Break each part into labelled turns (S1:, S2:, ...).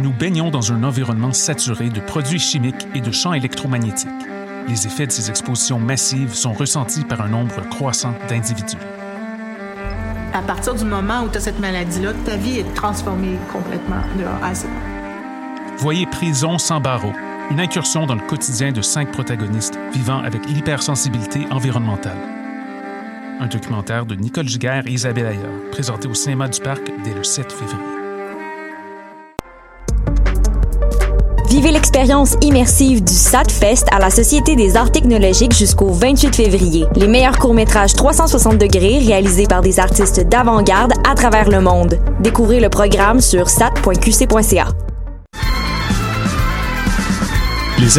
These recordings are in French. S1: Nous baignons dans un environnement saturé de produits chimiques et de champs électromagnétiques. Les effets de ces expositions massives sont ressentis par un nombre croissant d'individus.
S2: À partir du moment où tu as cette maladie-là, ta vie est transformée complètement de A à Z.
S1: Voyez Prison sans barreaux, une incursion dans le quotidien de cinq protagonistes vivant avec l'hypersensibilité environnementale. Un documentaire de Nicole Giguère et Isabelle Ayer, présenté au Cinéma du Parc dès le 7 février.
S3: Vivez l'expérience immersive du SATFest à la Société des arts technologiques jusqu'au 28 février. Les meilleurs courts-métrages 360 degrés réalisés par des artistes d'avant-garde à travers le monde. Découvrez le programme sur sat.qc.ca.
S4: Les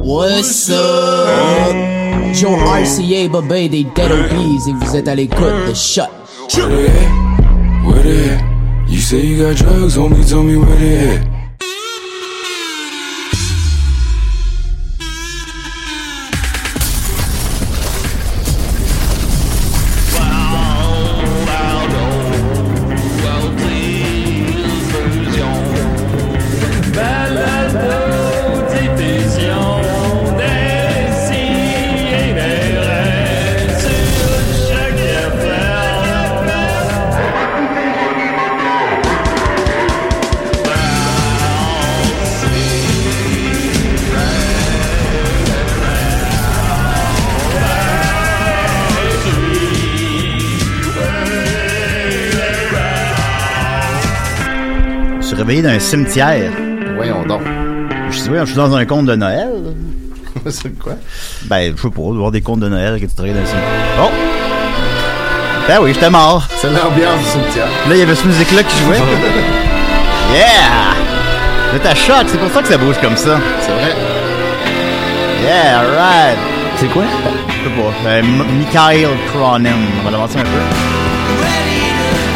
S5: What's up? Joe RCA, baby, des ben, dead obese et vous êtes à l'écoute de Shut.
S6: Where they at? Where they at? You say you got drugs, homie, tell me where they at.
S7: Je suis réveillé d'un cimetière.
S8: Voyons donc.
S7: Je suis, voyons, je suis dans un conte de Noël.
S8: C'est quoi?
S7: Ben, je sais pas, voir des contes de Noël que tu travailles dans un cimetière. Bon! Ben oui, j'étais mort.
S8: C'est l'ambiance du cimetière.
S7: Là, il y avait cette musique-là qui jouait. Yeah! Là, t'as choc, c'est pour ça que ça bouge comme ça.
S8: C'est vrai.
S7: Yeah, right!
S8: C'est quoi?
S7: Je sais pas. Euh, M- Michael Cronin. On va l'avancer un peu.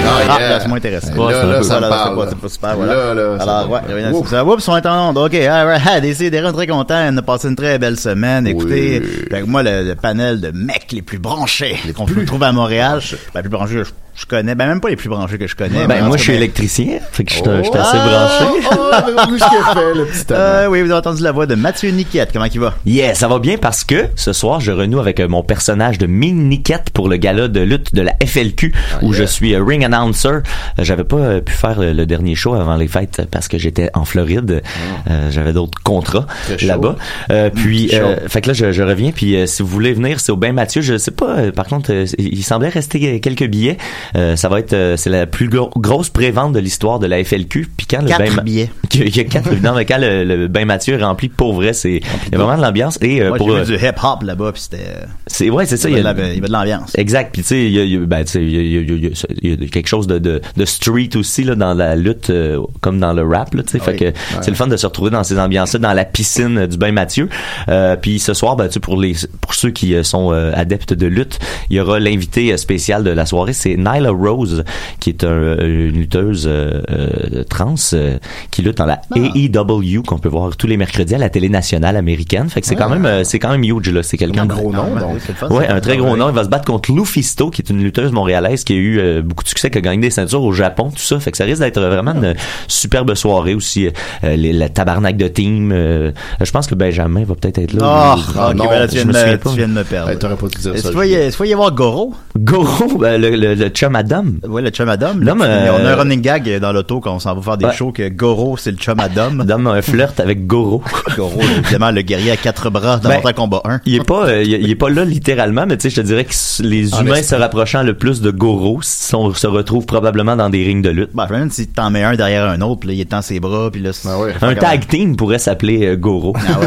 S8: Ah,
S7: Ah,
S8: yeah.
S7: là, c'est moins intéressant.
S8: Là, là, ça me
S7: Voilà, c'est
S8: parle.
S7: pas- c'est pas super, voilà.
S8: Là, là, ça
S7: Alors,
S8: me
S7: ouais,
S8: parle.
S7: revenons sur
S8: Ouf.
S7: ça. Oups, on est en onde. OK, all right. Essayez des très content. On a passé une très belle semaine. Écoutez,
S8: Oui.
S7: fait que moi, le, le panel de mecs les plus branchés qu'on peut trouver à Montréal. Ben, plus branchés que je, je connais. Ben, même pas les plus branchés que je connais. mais en
S9: Ben, moi,
S7: tout
S9: je suis
S7: cas,
S9: électricien, fait que je suis je suis
S7: Oh!
S9: assez branché.
S8: Oh, oh, vu ce qu'il a fait, le petit homme.
S7: Euh, oui, vous avez entendu la voix de Mathieu Niquette. Comment il va?
S9: Yeah, ça va bien parce que ce soir, je renoue avec euh, mon personnage de Miniquette pour le gala de lutte de la FLQ
S8: Ah,
S9: où je suis euh, ring announcer. Euh, J'avais pas euh, pu faire euh, le dernier show avant les fêtes euh, parce que j'étais en Floride. Euh, J'avais d'autres contrats
S8: Ah. Très chaud.
S9: là-bas. Euh, puis,
S8: Très chaud.
S9: euh, fait que là, je, je reviens. Puis, euh, si vous voulez venir, c'est au Bain Mathieu. Je sais pas. euh, par contre, euh, il semblait rester euh, quelques billets. Euh, ça va être, euh, c'est la plus gro- grosse prévente de l'histoire de la FLQ. Puis quand le
S7: Quatre
S9: Bain Ma-
S7: billets.
S9: qu'il y a- qu'il y a quatre non mais quand le, le bain Mathieu est rempli pour vrai c'est il y a vraiment de l'ambiance et euh,
S7: Moi,
S9: pour
S7: j'ai
S9: euh,
S7: vu du hip-hop là-bas, puis c'était...
S9: c'est ouais c'est ça
S7: Il y
S9: il y a-
S7: avait il y avait de l'ambiance.
S9: Exact. Puis tu sais, il y a- il y a- ben, tu sais, il y a- il y a- il y a- il y a quelque chose de, de, de street aussi là dans la lutte, euh, comme dans le rap. Là, tu sais.
S7: Ah
S9: Fait que c'est le fun de se retrouver dans ces ambiances-là, dans la piscine euh, du bain Mathieu. Euh, puis ce soir, ben, tu sais, pour les pour ceux qui euh, sont euh, adeptes de lutte, il y aura l'invité euh, spécial de la soirée, c'est Nile Nyla Rose, qui est un- une lutteuse euh, euh, trans euh, qui lutte dans la
S4: Ah.
S9: AEW qu'on peut voir tous les mercredis à la télé nationale américaine. Fait que c'est quand même euh, c'est quand même huge là. C'est quelqu'un de
S4: Ah. gros nom, donc.
S9: Ouais, un
S10: Ah,
S9: très gros nom. Il va se battre contre Lou Fisto, qui est une lutteuse montréalaise qui a eu euh, beaucoup de succès, qui a gagné des ceintures au Japon, tout ça. Fait que ça risque d'être vraiment une superbe soirée aussi. Euh, les- la tabarnak de team. euh, je pense que Benjamin va peut-être être là.
S10: Ah,
S9: Ou-
S10: ok, ben là, tu
S9: je
S10: viens
S9: me
S10: de me-
S9: souviens pas.
S10: tu viens de me perdre.
S4: T'aurais pas dû dire
S10: Est-ce
S4: ça.
S10: qu'il va Euh, y- est-ce qu'il va y avoir Goro?
S9: Goro, ben, le, le, le chum Adam.
S10: Oui, le chum Adam.
S9: Non, mais, euh,
S10: On a un running gag dans l'auto quand on s'en va faire des
S9: Ouais.
S10: shows que Goro, c'est le chum Adam.
S9: Adam un flirt avec Goro.
S10: Goro, évidemment, le guerrier à quatre bras dans
S9: Ben,
S10: Mortal Kombat 1.
S9: Il est pas, euh, il est- il est pas là littéralement, mais tu sais, je te dirais que s- les
S10: En
S9: humains
S10: esprit.
S9: se rapprochant le plus de Goro sont- se retrouvent probablement dans des rings de lutte.
S10: Ben, même si t'en mets un derrière un autre, puis là, il étend ses bras, puis là, c'est-
S9: Un tag team pourrait s'appeler euh, Goro.
S10: Ah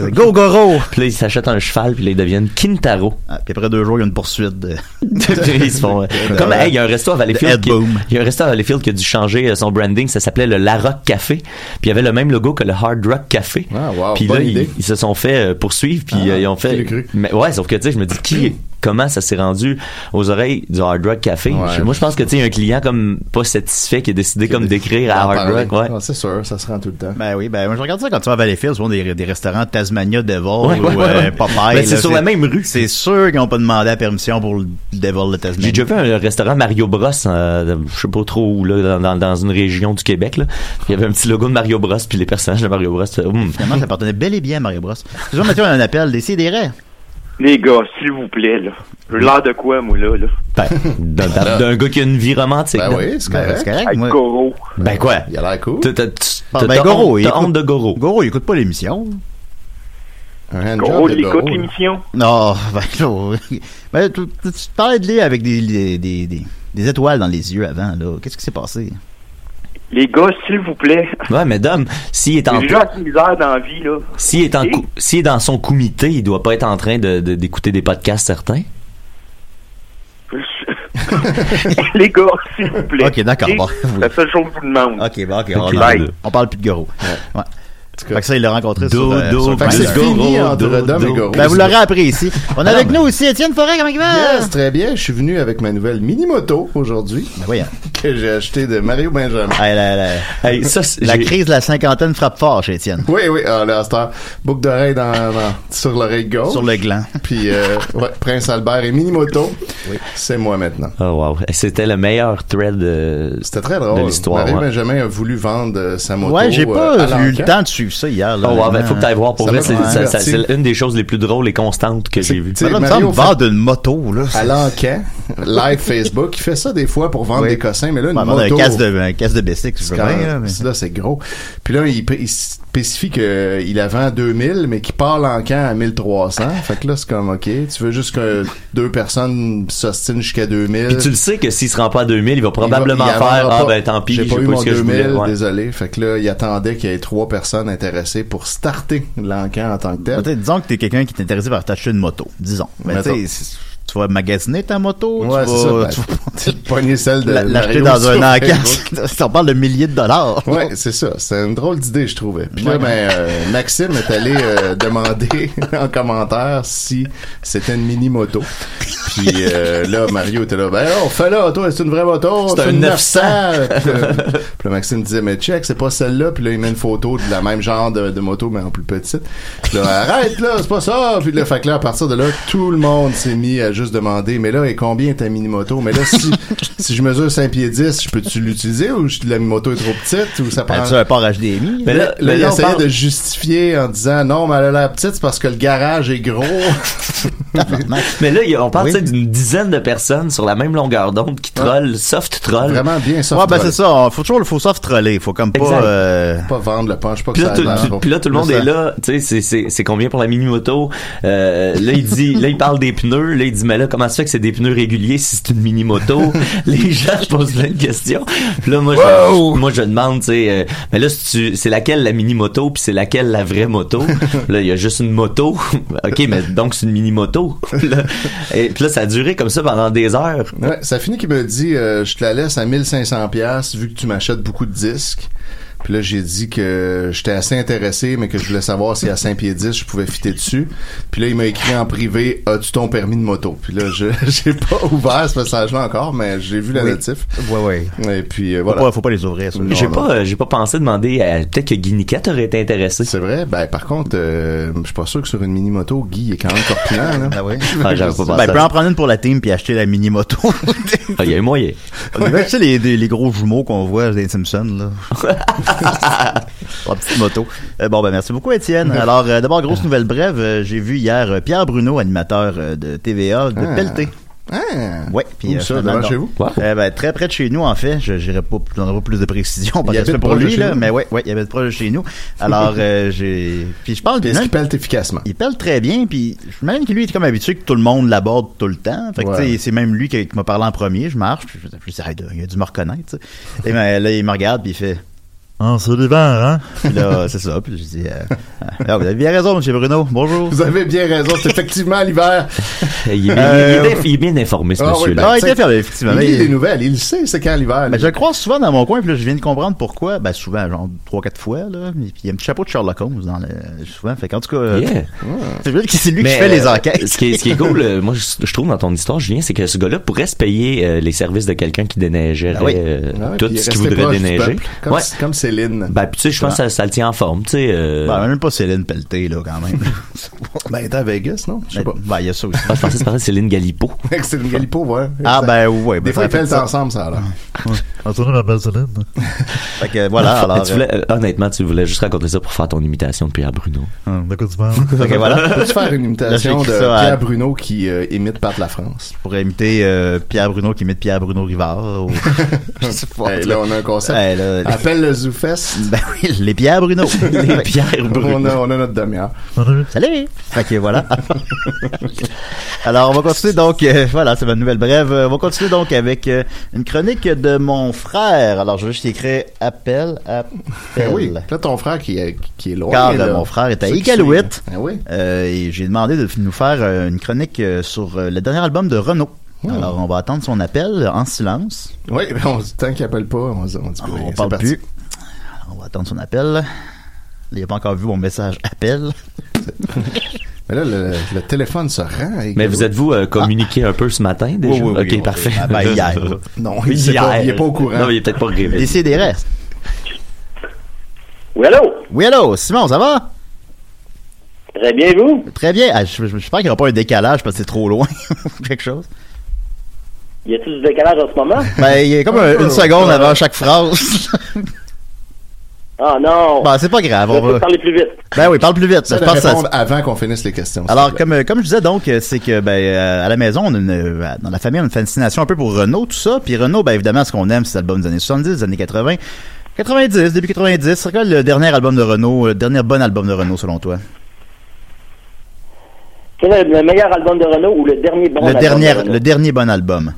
S10: ouais.
S9: Go Goro! Puis là, ils s'achètent un cheval, puis là, ils deviennent Kintaro.
S10: Ah, puis après deux jours, il y a une poursuite. De...
S9: ils se font. euh,
S10: De-
S9: Comme, hey, il y a un resto à Valleyfield.
S10: De
S9: qui- Il y a un resto à Valleyfield qui a dû changer euh, son branding. Ça s'appelait le La Rock Café. Puis il y avait le même logo que le Hard Rock Café. puis là,
S4: bonne
S9: ils,
S4: idée.
S9: ils se sont fait euh, poursuivre, puis euh, ils ont fait. Mais ouais, sauf que tu sais, je me dis, qui. Comment ça s'est rendu aux oreilles du Hard Rock Café? Je- Moi, je pense que tu sais, il y a un client comme pas satisfait qui a décidé comme d'écrire à Hard Rock. Ouais.
S10: c'est sûr, ça se rend tout le temps. Ben oui, ben moi, je regarde ça quand tu vas à Valleyfield, souvent des, des restaurants Tasmania Devil
S9: Ouais,
S10: ou
S9: ouais, ouais,
S10: euh,
S9: ouais.
S10: Popeye,
S9: Mais c'est
S10: là,
S9: sur la même rue.
S10: C'est sûr qu'ils n'ont pas demandé la permission pour le Devil de Tasmania.
S9: J'ai déjà vu un restaurant Mario Bros, euh, je sais pas trop où, là, dans, dans- dans une région du Québec. Là. Il y avait un petit logo de Mario Bros, puis les personnages de Mario Bros. faisaient, Hum.
S10: Finalement, ça appartenait bel et bien à Mario Bros. Toujours, Mathieu, on a un appel, décidérez.
S11: Les gars, s'il vous plaît, là. J'ai l'air de quoi, moi, là, là?
S9: Ben, d'un- d'un d'un gars qui a une vie romantique.
S11: Ben
S9: là.
S11: oui, c'est correct. Hey,
S9: moi.
S11: Goro.
S9: Ben quoi?
S10: Il a l'air cool.
S9: T'as t'as- t'as-
S10: ben,
S9: t'as
S10: Goro,
S9: honte-
S10: il
S9: t'as
S10: écoute-
S9: honte de Goro.
S10: Goro, il écoute pas l'émission. Un
S11: Goro, il écoute l'émission.
S10: Non, ben, non. Ben, tu, tu- tu parlais de lui avec des, des, des, des- des étoiles dans les yeux avant, là. Qu'est-ce qui s'est passé?
S11: Les gars, s'il vous plaît.
S9: Ouais, mais Dom, s'il est en
S11: J'ai déjà assez de misère dans la vie, là.
S9: s'il est en cou- s'il est dans son comité, il doit pas être en train de- de- d'écouter des podcasts certains.
S11: Les gars, s'il vous plaît.
S10: Ok, d'accord,
S11: Et
S10: bon.
S11: C'est la seule chose que je vous demande.
S10: Ok, bon, ok. on-
S11: Ok,
S10: on,
S11: bye.
S10: on parle plus de Goro. Ouais. Fait que ça, il l'a rencontré sur, euh,
S4: Dodo
S10: sur
S9: ben,
S4: plus
S10: Grindr.
S4: fini entre Dom et Goro.
S10: Ben, vous l'aurez appris ici. On a
S4: Ah,
S10: avec
S4: ben-
S10: nous aussi Étienne Forêt, comment il va?
S4: Yes, très bien. Je suis venu avec ma nouvelle mini-moto aujourd'hui. Que j'ai acheté de Mario Benjamin.
S10: Ben la la crise de la cinquantaine frappe fort chez Étienne.
S4: Oui, oui, ah, là, à cette heure, boucle d'oreille dans, dans- sur l'oreille gauche.
S10: Sur le gland.
S4: Puis, euh, ouais, Prince Albert et Minimoto. C'est moi maintenant.
S9: Oh, wow. C'était le meilleur thread euh,
S4: Très drôle.
S9: de l'histoire.
S4: Mario
S9: ouais.
S4: Benjamin a voulu vendre euh, sa moto.
S10: Ouais, j'ai pas
S4: euh, à
S10: eu le
S4: l'encan.
S10: temps de suivre ça hier. Là,
S9: Oh, wow, ben,
S10: vraiment.
S9: faut que t'ailles voir. Pour
S4: Ça
S9: vrai,
S4: m'a
S9: c'est
S4: vraiment
S9: ça- ça-
S4: diverti.
S9: c'est une des choses les plus drôles et constantes que j'ai vues.
S4: tu sais, Ben là, il me Mario semble fait- vendre
S10: une moto, là.
S4: À l'encan, live Facebook. Il fait ça des fois pour vendre
S10: Oui.
S4: des cossins, mais là, une
S10: Ouais, on a
S4: moto.
S10: un casse de, un casse de Bessic, je
S4: C'est
S10: veux
S4: quand-
S10: bien, là, mais-
S4: c'est- là, c'est gros. Puis là, il, il spécifie qu'il la vend à 2000, mais qu'il part en camp à 1300. Fait que là, c'est comme, OK, tu veux juste que deux personnes s'ostinent jusqu'à 2000.
S9: Puis tu le sais que s'il se rend pas à 2000, il va
S4: Il va-
S9: probablement
S4: il
S9: faire
S4: avance
S9: Ah
S4: pas.
S9: ben tant pis,
S4: j'ai pas eu
S9: eu
S4: mon
S9: ce que je
S4: 2000,
S9: voulais. Ouais.
S4: désolé. Fait que là, il attendait qu'il y ait trois personnes intéressées pour starter l'encan en tant que tel.
S10: Peut-être, disons que t'es quelqu'un qui t'est intéressé par t'acheter une moto. Disons. Mais
S4: Mettons.
S10: tu sais, c'est- tu vas magasiner ta moto,
S4: Ouais,
S10: tu
S4: c'est ça,
S10: vas,
S4: ben,
S10: tu vas-
S4: Pogner celle de
S10: la- l'acheter
S4: Mario
S10: dans
S4: sur
S10: un
S4: Facebook.
S10: encasse. On parle de milliers de dollars.
S4: Ouais, c'est ça. C'est une drôle d'idée, je trouvais. Puis là,
S10: Ouais.
S4: ben, euh, Maxime est allé euh, demander en commentaire si c'était une mini moto. Puis euh, là, Mario était là, ben on fait là, toi, c'est une vraie moto,
S9: C'est un
S4: une
S9: 900.
S4: Puis là- puis là, Maxime disait, mais check, c'est pas celle-là. Puis là, il met une photo de la même genre de, de moto, mais en plus petite. Puis là, arrête là, c'est pas ça. Puis là, fait que là, à partir de là, tout le monde s'est mis à juste demander, mais là, et combien ta mini moto? Mais là, si, si je mesure 5 pieds 10, je peux-tu l'utiliser ou je- la moto est trop petite ou ça prend.
S10: As-tu Ben, un port HDMI?
S4: Mais là,
S10: mais
S4: il
S10: là, on
S4: essayait
S10: parle- Ah,
S4: de justifier en disant non, mais elle a l'air petite, c'est parce que le garage est gros.
S9: Mais là, il y a- on parle
S4: Oui.
S9: tu sais, d'une dizaine de personnes sur la même longueur d'onde qui trollent, soft troll.
S4: Vraiment bien soft
S10: Ouais, ben
S4: troll.
S10: c'est ça. on- Faut toujours le faut soft troller. Faut comme pas.
S9: Exact.
S10: euh,
S4: Pas vendre le punch, pas que
S9: Puis là,
S4: ça
S9: tout,
S4: aille dans-
S9: tout- puis là, tout le monde
S4: ça-
S9: est là. Tu sais, c'est- c'est- c'est combien pour la mini-moto? Euh, là, il dit, là, il parle des pneus. Là, il dit, mais là, comment ça fait que c'est des pneus réguliers si c'est une mini-moto? Les gens se posent plein de questions. Puis là, moi, je, moi, je demande, tu sais, euh, mais là, si tu- c'est laquelle la mini-moto? Puis c'est laquelle la vraie moto? là, il y a juste une moto. OK, mais donc, c'est une mini-moto. Là, et puis là, ça a duré comme ça pendant des heures.
S4: Ouais, ça finit qu'il me dit euh, je te la laisse à 1500 pièces vu que tu m'achètes beaucoup de disques.
S9: Puis là, j'ai dit que j'étais assez intéressé, mais que je voulais savoir si à 5 pieds 10, je pouvais fitter dessus. Puis là, il m'a écrit en privé As-tu ton permis de moto Puis là, je j'ai pas ouvert ce message-là encore, mais j'ai vu la
S12: Oui.
S9: notif.
S4: Ouais,
S9: ouais. Et puis, euh, voilà.
S12: pas-
S4: faut pas les ouvrir,
S9: ceux-là.
S12: J'ai
S9: Non,
S12: pas, euh, j'ai pas pensé demander à. Peut-être que Guiniquette aurait été intéressé.
S9: C'est vrai. Ben, par contre, euh, je suis pas sûr que sur une mini-moto, Guy est quand même corpulent. Là.
S4: Ah oui?
S12: Ah, j'avais pas pensé à
S4: Ben, peut
S12: ça. Ah,
S4: en prendre une pour la team puis acheter la mini moto.
S12: Il y a eu moyen.
S4: Tu sais, les, les, les gros jumeaux qu'on voit dans les Simpsons, là. La petite moto. Euh, bon, ben, merci beaucoup, Étienne. Alors, euh, d'abord, grosse nouvelle brève. euh, J'ai vu hier euh, Pierre Bruno, animateur euh, de TVA, de
S9: Ah.
S4: Pelleté.
S9: Ah.
S4: Ouais, puis
S9: Où
S4: euh,
S9: ça,
S4: finalement,
S9: devant
S4: non.
S9: chez vous?
S4: Euh, ben, très près de chez nous, en fait. Je n'irai pas, je donnerai pas plus de précisions parce que
S9: habite
S4: c'est pour
S9: proche de
S4: lui,
S9: chez
S4: là.
S9: vous?
S4: Mais ouais, ouais, il habite proche de chez nous. Alors, euh, j'ai. Puis je parle
S9: Puis est-ce qu'il pèle efficacement?
S4: Il pèle très bien, puis je m'imagine que lui, il est comme habitué que tout le monde l'aborde tout le temps. Fait que,
S9: Ouais.
S4: tu sais, c'est même lui qui, qui m'a parlé en premier. Je marche, puis je me dis, Ah, il a dû me reconnaître, tu sais. Et ben, là, il me regarde, puis il fait. En Sullivan, hein? Puis là, c'est ça. Puis je dis, euh, Ah, vous avez bien raison, M. Bruno. Bonjour.
S9: Vous avez bien raison. C'est effectivement l'hiver.
S12: Il est bien,
S4: Euh,
S12: il est bien- il est bien informé, ce
S4: Ah oui,
S12: monsieur-là.
S4: ben, Ah, il est bien informé, effectivement.
S9: Il lit
S4: Il-
S9: des nouvelles. Il le sait, c'est quand l'hiver.
S4: Ben, je le croise souvent dans mon coin, puis là, je viens de comprendre pourquoi. Ben, souvent, genre, trois, quatre fois, là. Et puis, il y a un petit chapeau de Sherlock Holmes dans le, souvent. Fait qu'en tout cas, euh,
S12: Yeah.
S4: c'est vrai que c'est lui
S12: Mais,
S4: qui fait les
S12: euh,
S4: enquêtes.
S12: Ce qui est, ce qui est cool, euh, moi, je, je trouve dans ton histoire, Julien, c'est que ce gars-là pourrait se payer euh, les services de quelqu'un qui déneigerait
S4: Ah oui.
S12: euh,
S9: Ah ouais,
S12: tout
S9: puis il
S12: ce qu'il
S9: restait
S12: voudrait
S9: proche du
S12: déneiger.
S9: peuple, Comme,
S12: ouais.
S9: comme Céline.
S12: Ben, puis tu sais, je pense que ça, ça le tient en forme, tu sais. euh.
S4: Ben, même pas Céline Pelleté, là, quand même.
S9: Ben, elle était à Vegas, non? Je sais
S4: Ben,
S9: pas.
S4: ben, il y a ça aussi.
S12: Ah, je pensais que tu parlais de Céline Galipo.
S9: Céline Galipo, ouais.
S4: Ah, ben, ouais. ben,
S9: Des fois,
S4: ça
S9: ils pèlent
S4: fait ça.
S9: ensemble, ça, là.
S4: la Céline. hein? Fait que, voilà,
S12: Ah,
S4: alors.
S12: tu voulais- euh, honnêtement, tu voulais juste raconter ça pour faire ton imitation de Pierre Bruno.
S4: Ah, de quoi tu parles? Fait que, voilà.
S9: Peux-tu faire une
S4: Là,
S9: imitation
S4: j'ai
S9: de
S4: écrit ça à-
S9: Pierre Bruno qui euh, imite Pat la France?
S4: Pour imiter euh, Pierre Bruno qui imite Pierre Bruno Rivard. ou- Je sais pas.
S9: Hey, là, on a un concept.
S4: Hey, là, les-
S9: Appelle le Zoufest.
S4: Ben oui, les Pierre Bruno.
S12: Les Pierre Bruno.
S9: On a, on a notre demi-heure.
S4: Salut! Fait que voilà. Alors, on va continuer donc, euh, voilà, c'est ma nouvelle brève. Euh, On va continuer donc avec euh, une chronique de mon frère. Alors, je vais juste écrire appel, appel.
S9: Ben oui. Là, ton frère qui est, qui est loin.
S4: Car
S9: là.
S4: euh, mon frère est à
S9: Ceux qui
S4: Iqaluit.
S9: suivent. Ah oui.
S4: Euh, et j'ai demandé de f- nous faire euh, une chronique euh, sur euh, le dernier album de Renault. Alors, on va attendre son appel euh, en silence.
S9: Oh. Oui, ben, on, dit, tant qu'il appelle pas, on, dit- on dit plus rien.
S4: On
S9: Ah, C'est
S4: parle
S9: parti.
S4: plus. Alors, on va attendre son appel. Il n'a pas encore vu mon message appel.
S9: Mais là, le, le téléphone se rend. à
S12: Mais
S9: Iqaluit.
S12: vous êtes-vous euh, communiqué un peu ce matin déjà?
S9: Oui, oui, oui,
S12: ok,
S9: oui.
S12: parfait.
S4: Ah, ben, hier.
S9: Non, il sait pas, il est pas au courant.
S12: Non, il est peut-être pas réveillé.
S4: Laissez des restes.
S13: Oui, allô?
S4: Oui, allô, Simon, ça va?
S13: Très bien, vous?
S4: Très bien. Ah, je, je- j'espère qu'il n'y aura pas un décalage parce que c'est trop loin ou quelque chose.
S13: Y a-t-il du décalage en ce moment?
S4: Ben, il y a comme un- une seconde avant chaque phrase.
S13: Ah non!
S4: ben, c'est pas grave.
S13: Je
S4: On
S13: vais
S4: va...
S13: parler plus vite.
S4: Ben oui, parle plus vite.
S9: Ça,
S4: Je
S9: de
S4: pense que ça-
S9: répondre avant qu'on finisse les questions. s'il
S4: Alors,
S9: vous plaît.
S4: comme, euh, comme je disais donc, euh, c'est que ben, euh, à la maison, on a une, euh, dans la famille, on a une fascination un peu pour Renault, tout ça. Puis Renault, ben, évidemment, ce qu'on aime, c'est l'album des années 70, des années 80. 90, début 90, c'est quoi le dernier album de Renault, le dernier bon album de Renault selon toi?
S13: Quel est le meilleur album de Renault ou le dernier bon ben,
S4: le,
S13: album
S4: dernier,
S13: de Renault?
S4: le dernier bon album.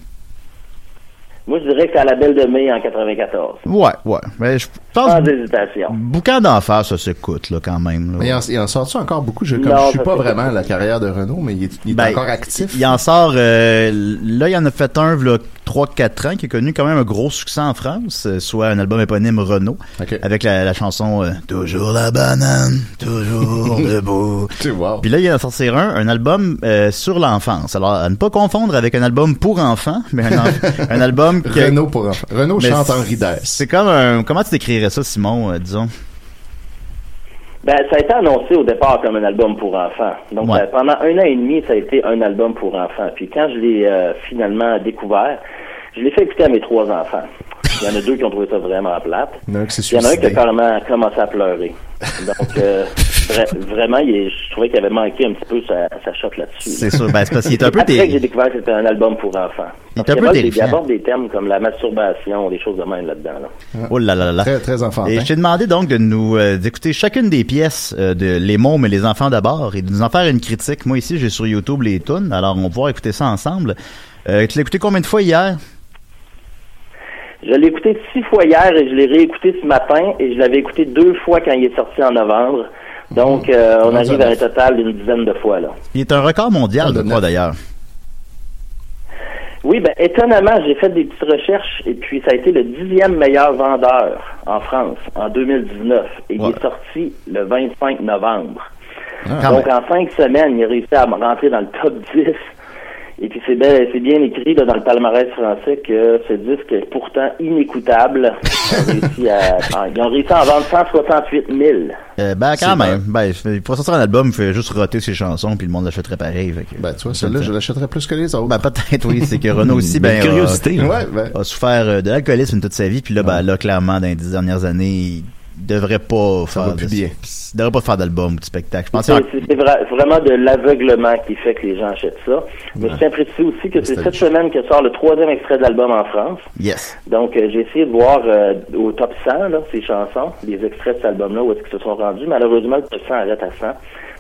S13: Moi, je dirais que c'est à la Belle de Mai en 94.
S4: Ouais, ouais. Ben, je pense
S13: Sans hésitation.
S4: boucan d'enfer, ça s'écoute, là, quand même. là.
S9: Mais il en, il en sort-tu encore beaucoup? Je, comme
S13: Non,
S9: je suis
S13: ça,
S9: pas
S13: c'est-
S9: vraiment à la carrière de Renault, mais il est, il est
S4: Ben,
S9: encore actif.
S4: Il en sort, euh, là, il en a fait un, là, 3-4 ans, qui a connu quand même un gros succès en France, euh, soit un album éponyme Renault, avec la, la chanson euh, Toujours la banane, toujours debout.
S9: Tu vois.
S4: Puis là, il en a sorti un, un album euh, sur l'enfance. Alors, à ne pas confondre avec un album pour enfants, mais un, en- un album qui...
S9: Renault pour enfants. Renault
S4: Mais
S9: chante
S4: c'est-
S9: Henri Dess.
S4: C'est comme un... Comment tu décrirais ça, Simon, euh, disons?
S13: Ben, ça a été annoncé au départ comme un album pour enfants. Donc,
S4: Ouais.
S13: euh, pendant un an et demi, ça a été un album pour enfants. Puis quand je l'ai euh, finalement découvert, je l'ai fait écouter à mes trois enfants. Il y en a deux qui ont trouvé ça vraiment plate.
S9: Il y en a un qui s'est
S13: Il y en a un qui a
S9: suicidé.
S13: carrément commencé à pleurer. Donc, euh, vra- vraiment, il est- je trouvais qu'il avait manqué un petit peu sa, sa shot là-dessus.
S4: C'est sûr. Ben, c'est parce qu'il est un peu
S13: Après
S4: des-
S13: que j'ai découvert que c'était un album pour enfants.
S4: Il est un
S13: Parce qu'il
S4: peu
S13: aborde des- il
S4: terrifiant.
S13: aborde des thèmes comme la masturbation, des choses de même là-dedans. là.
S4: Oh là là là.
S9: Très, très enfantin.
S4: Et je t'ai demandé donc de nous euh, d'écouter chacune des pièces euh, de Les Mômes et les enfants d'abord et de nous en faire une critique. Moi ici, j'ai sur YouTube les tunes, alors on va pouvoir écouter ça ensemble. Euh, tu l'as écouté combien de fois hier?
S13: Je l'ai écouté six fois hier et je l'ai réécouté ce matin et je l'avais écouté deux fois quand il est sorti en novembre.
S9: Mhm.
S13: Donc, euh, on
S4: Dans
S13: arrive
S4: un
S13: à un total d'une dizaine de fois. là.
S9: Ah,
S4: Il est un record mondial, je crois d'ailleurs. Oui, ben étonnamment, j'ai fait des petites recherches et puis ça a été le dixième meilleur vendeur en France en 2019 et il est sorti le 25 novembre.
S14: Ah,
S4: Donc
S14: quand
S4: en cinq semaines, il a réussi à rentrer dans le top 10. Et puis c'est bien, c'est bien écrit là, dans le palmarès français que ce disque est pourtant inécoutable. Ils ont réussi à, en- ils ont réussi à en vendre 168 000.
S10: Euh, ben,
S4: C'est
S10: quand même. Ben, f- pour sortir un album, il fait juste roter ses chansons, puis le monde l'achèterait pareil. Ben, tu vois,
S13: celle-là, je
S10: l'achèterais plus que les autres. Ben, peut-être, oui. C'est que Renaud aussi,
S13: Une
S10: ben.
S13: curiosité,
S10: a,
S13: là. Ouais, ben.
S10: a souffert euh, de l'alcoolisme toute sa vie, puis là, ben, là, clairement, dans les dix dernières années, il devrait pas faire. de- Il devrait pas faire d'album ou de spectacle. Je pense
S4: C'est
S10: qu'il y a-
S4: c'est vra- vraiment de l'aveuglement qui fait que les gens achètent ça. Mais je tiens à préciser aussi que c'est cette semaine que sort le troisième extrait de l'album en France.
S10: Yes.
S4: Donc, euh, j'ai essayé de voir euh, au top 100, là, ces chansons, les extraits de cet album-là, où est-ce qu'ils se sont rendus. Malheureusement, le top 100 arrête à 100.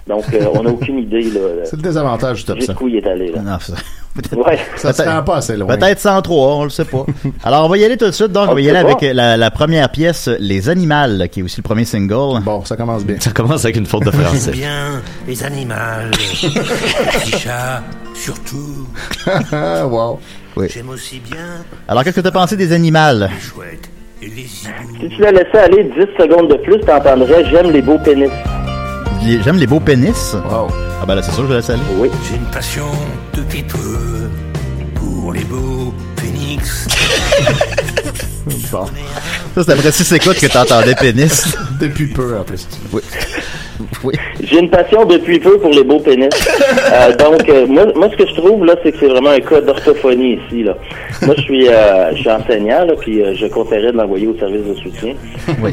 S4: Donc, euh, on n'a aucune idée. Là,
S13: C'est le désavantage du top
S4: Juste
S13: 100.
S4: où il est allé. Là.
S10: Non, ça- peut-être-
S4: Ouais.
S13: Ça se
S10: peut-être-
S13: rend pas assez loin.
S10: Peut-être 103, on le sait pas. Alors, on va y aller tout de suite. Donc, on,
S13: On
S10: va y
S13: sait
S10: aller
S13: pas.
S10: avec la, la première pièce, Les Animaux, qui est aussi le premier single. Bon, ça commence bien. Ça commence avec une faute de
S15: J'aime bien les animaux. les chats, surtout.
S10: wow. Oui.
S15: J'aime aussi bien
S10: Alors, Ah, qu'est-ce que t'as pensé des Animaux?
S15: les chouettes et les zibous.
S4: Si tu la laissais aller 10 secondes de plus, t'entendrais « J'aime les beaux pénis
S10: Les- J'aime les beaux pénis. Ah ben là, c'est sûr, je vais laisser aller.
S4: Oui.
S15: J'ai une passion depuis peu pour les beaux phoenix.
S10: Ça, c'est après 6 écoutes que t'entendais pénis.
S13: Depuis peu, en plus.
S10: Oui. ».
S4: J'ai une passion depuis peu pour les beaux pénis. Euh, donc, euh, moi, moi, ce que je trouve, là, c'est que c'est vraiment un cas d'orthophonie ici, là. Moi, je suis, euh, je suis enseignant, là, puis euh, je conseillerais de l'envoyer au service de soutien.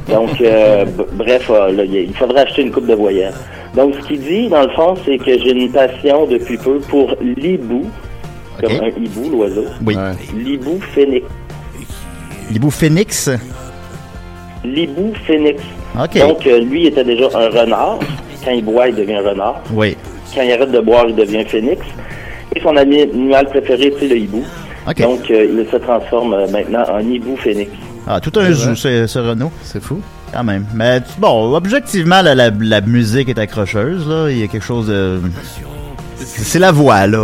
S4: Donc, euh, b- bref, euh, là, il faudrait acheter une coupe de voyelles. Donc, ce qu'il dit, dans le fond, c'est que j'ai une passion depuis peu pour l'hibou, comme un hibou, l'oiseau.
S10: Oui.
S4: L'hibou phénix.
S10: L'hibou Phoenix.
S4: L'hibou phénix.
S10: OK.
S4: Donc, euh, lui était déjà un renard. Quand il boit, il devient un renard.
S10: Oui.
S4: Quand il arrête de boire, il devient phénix. Et son ami- animal préféré, c'est le hibou.
S10: OK.
S4: Donc, euh, il se transforme euh, maintenant en hibou phénix.
S10: Ah, tout un zoo, ce, ce Renault. C'est fou. Quand même. Mais tu- bon, objectivement, la, la- la musique est accrocheuse, là. Il y a quelque chose de. C'est c'est la voix, là.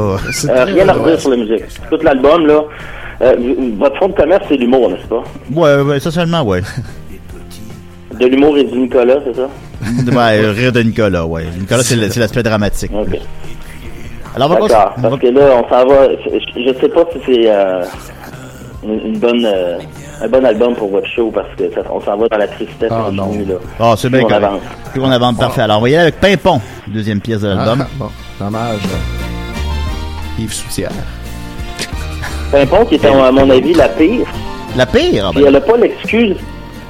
S4: Euh, rien à redire sur la musique. Tout l'album, là. euh, v- votre fond de commerce, c'est l'humour, n'est-ce pas?
S10: Ouais, ouais, essentiellement, ouais.
S4: De l'humour et du Nicolas, c'est ça?
S10: ouais, rire de Nicolas, ouais. Nicolas, c'est le- c'est l'aspect dramatique.
S4: OK.
S10: Alors, on va
S4: D'accord,
S10: pas-
S4: Ah, parce que là, on s'en va. Je, je sais pas si c'est euh, une, une bonne, euh, un bon album pour votre show parce que ça- on s'en va dans la tristesse aujourd'hui. là.
S10: Ah, c'est bien
S4: Plus on
S10: correct.
S4: avance.
S10: Plus on avance, parfait. Alors, on va y aller avec Pimpon, deuxième pièce de l'album.
S13: Ah, bon, dommage. Yves Soutière.
S4: Pimpon, qui est, à mon avis, la pire.
S10: La pire? Ah, ben,
S4: Puis elle n'a pas l'excuse.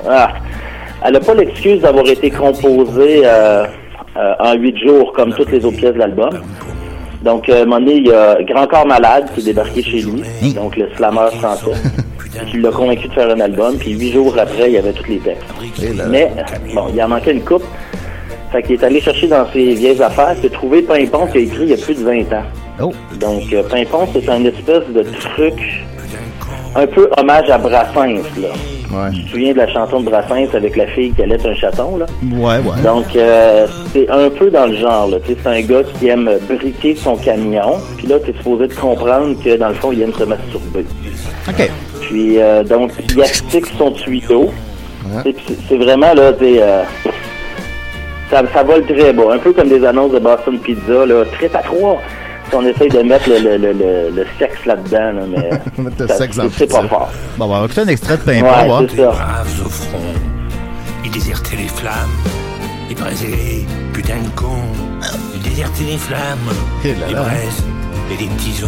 S4: Ah. elle n'a pas l'excuse d'avoir été composée euh, euh, en huit jours, comme toutes les autres pièces de l'album. Donc, euh, à un moment donné, il y a Grand Corps Malade qui est débarqué chez lui, donc le slammer français, qui l'a convaincu de faire un album, puis huit jours après, il y avait tous les textes. Mais, bon, il en manquait une coupe. Fait qu'il est allé chercher dans ses vieilles affaires, c'est trouvé Pimpon qui a écrit il y a plus de 20 ans. Donc, euh, Pimpon, c'est un espèce de truc un peu hommage à Brassens, là. Tu te souviens de la chanson de Brassens avec la fille qui allait un chaton, là?
S10: Ouais, ouais.
S4: Donc, euh, c'est un peu dans le genre, là. Tu sais, C'est un gars qui aime briquer son camion. Puis là, tu es supposé de comprendre que, dans le fond, il aime se masturber.
S10: OK.
S4: Puis, euh, donc, il astique son tuyau. C'est- c'est- C'est vraiment, là, des... euh, ça, ça vole très bas. Un peu comme des annonces de Boston Pizza, là. Trip à trois. Si on essaye de mettre le, le- le- le- le sexe là-dedans, là, mais...
S10: Mettre le
S4: ça-
S10: sexe dans
S4: c'est-
S10: le
S4: C'est pas
S10: pizza.
S4: fort.
S10: Bon, ben, on va écouter un extrait de
S15: Les
S10: Pimpon, voir.
S15: braves au front. Ils désertaient les flammes. Ils braisaient les putains de cons. Ils désertaient les flammes.
S13: Et
S10: Eh
S15: Les
S13: là là.
S15: braises et les tisons.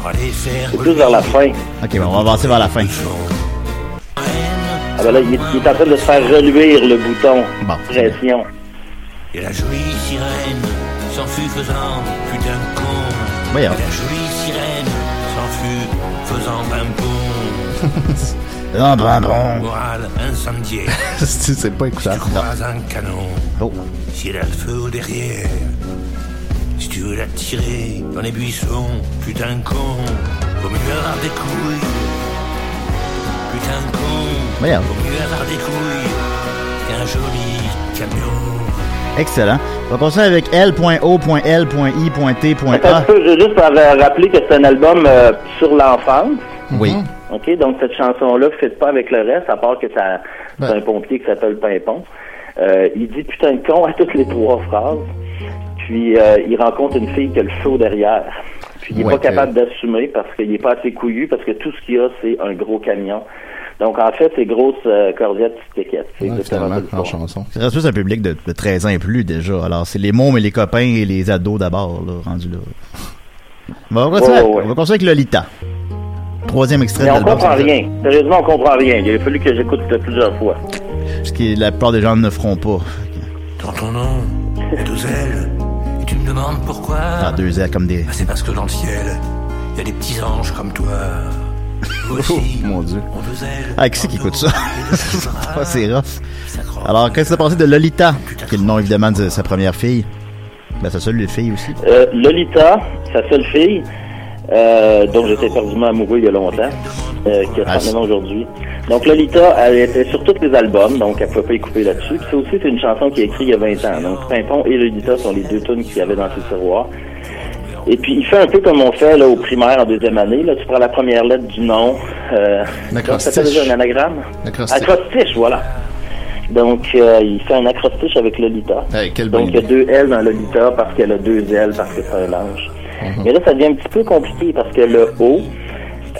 S15: Pour aller faire.
S4: C'est plus vers la fin.
S10: OK, ben, on va avancer vers la fin.
S4: Ah ben là, il est, il est en train de se faire reluire le bouton. Pression.
S15: Et la jolie sirène s'enfuit faisant putain de con.
S10: Voyons.
S15: Et la jolie sirène s'enfuit faisant pimpon.
S10: Non, ben, bon.
S15: Morale incendiée.
S13: C'est c'est pas écoutable.
S15: Croise un canon.
S10: Oh.
S15: Si elle a le feu au derrière. Si tu veux la tirer dans les buissons, putain de con. Vaut mieux avoir des couilles. Putain de con.
S10: Merde.
S15: Vaut mieux avoir des couilles qu'un joli camion.
S10: Excellent. On va continuer avec L.O.L.I.T.A.
S4: Un peu, je veux juste euh, rappeler que c'est un album euh, sur l'enfance. Mm-hmm.
S10: Oui.
S4: OK, donc cette chanson-là ne fit pas avec le reste, à part que ça, c'est un pompier qui s'appelle Pimpon. Euh, il dit putain de con à toutes les trois phrases. Puis euh, il rencontre une fille qui a le feu derrière. Puis il n'est
S14: Ouais,
S4: pas capable d'assumer parce qu'il n'est pas assez couillu, parce que tout ce qu'il a, c'est un gros camion. Donc en fait, c'est grosse euh, cordette ticket. C'est exactement ça.
S13: en chanson.
S10: C'est reste juste un public de, de 13 ans et plus déjà. Alors, c'est les mômes et les copains et les ados d'abord, là, rendus là. Bon, on, va continuer,
S4: Ouais, ouais.
S10: on va continuer avec Lolita. Troisième extrait
S4: Mais
S10: de
S4: on
S10: l'album.
S4: comprend rien. Sérieusement, on comprend rien. Il a fallu que j'écoute plusieurs fois.
S10: Ce que la plupart des gens ne feront pas.
S15: Dans ton nom, il y a deux ailes, et tu me demandes pourquoi.
S10: Ah, deux ailes comme des.
S15: Bah, c'est parce que dans le ciel, il y a des petits anges comme toi. Vous aussi,
S10: Oh, Mon Dieu.
S15: on deux ailes.
S10: Ah, qui c'est qui écoute ça? Ah, c'est rough. Alors, qu'est-ce qui s'est passé de Lolita, qui est le nom évidemment de sa première fille? Ben, sa seule fille aussi.
S4: Euh, Lolita, sa seule fille, euh, dont j'étais perdument amoureux il y a longtemps, euh, qui
S10: Ah,
S4: a 39 ans aujourd'hui. Donc Lolita, elle était sur tous les albums, donc elle ne pouvait pas y couper là-dessus. Puis c'est aussi c'est une chanson qui est écrite il y a 20 ans. Donc Pimpon et Lolita sont les deux tunes qu'il y avait dans ce tiroir. Et puis il fait un peu comme on fait là, au primaire en deuxième année. Là, tu prends la première lettre du nom. Euh,
S13: L'acrostiche.
S4: ça fait déjà un anagramme.
S13: L'acrostiche.
S4: Acrostiche, voilà. Donc, euh, il fait un acrostiche avec Lolita. Donc, il y a deux L dans Lolita parce qu'elle a deux L parce que c'est un linge.
S13: Mhm.
S4: Mais là, ça devient un petit peu compliqué parce que le O,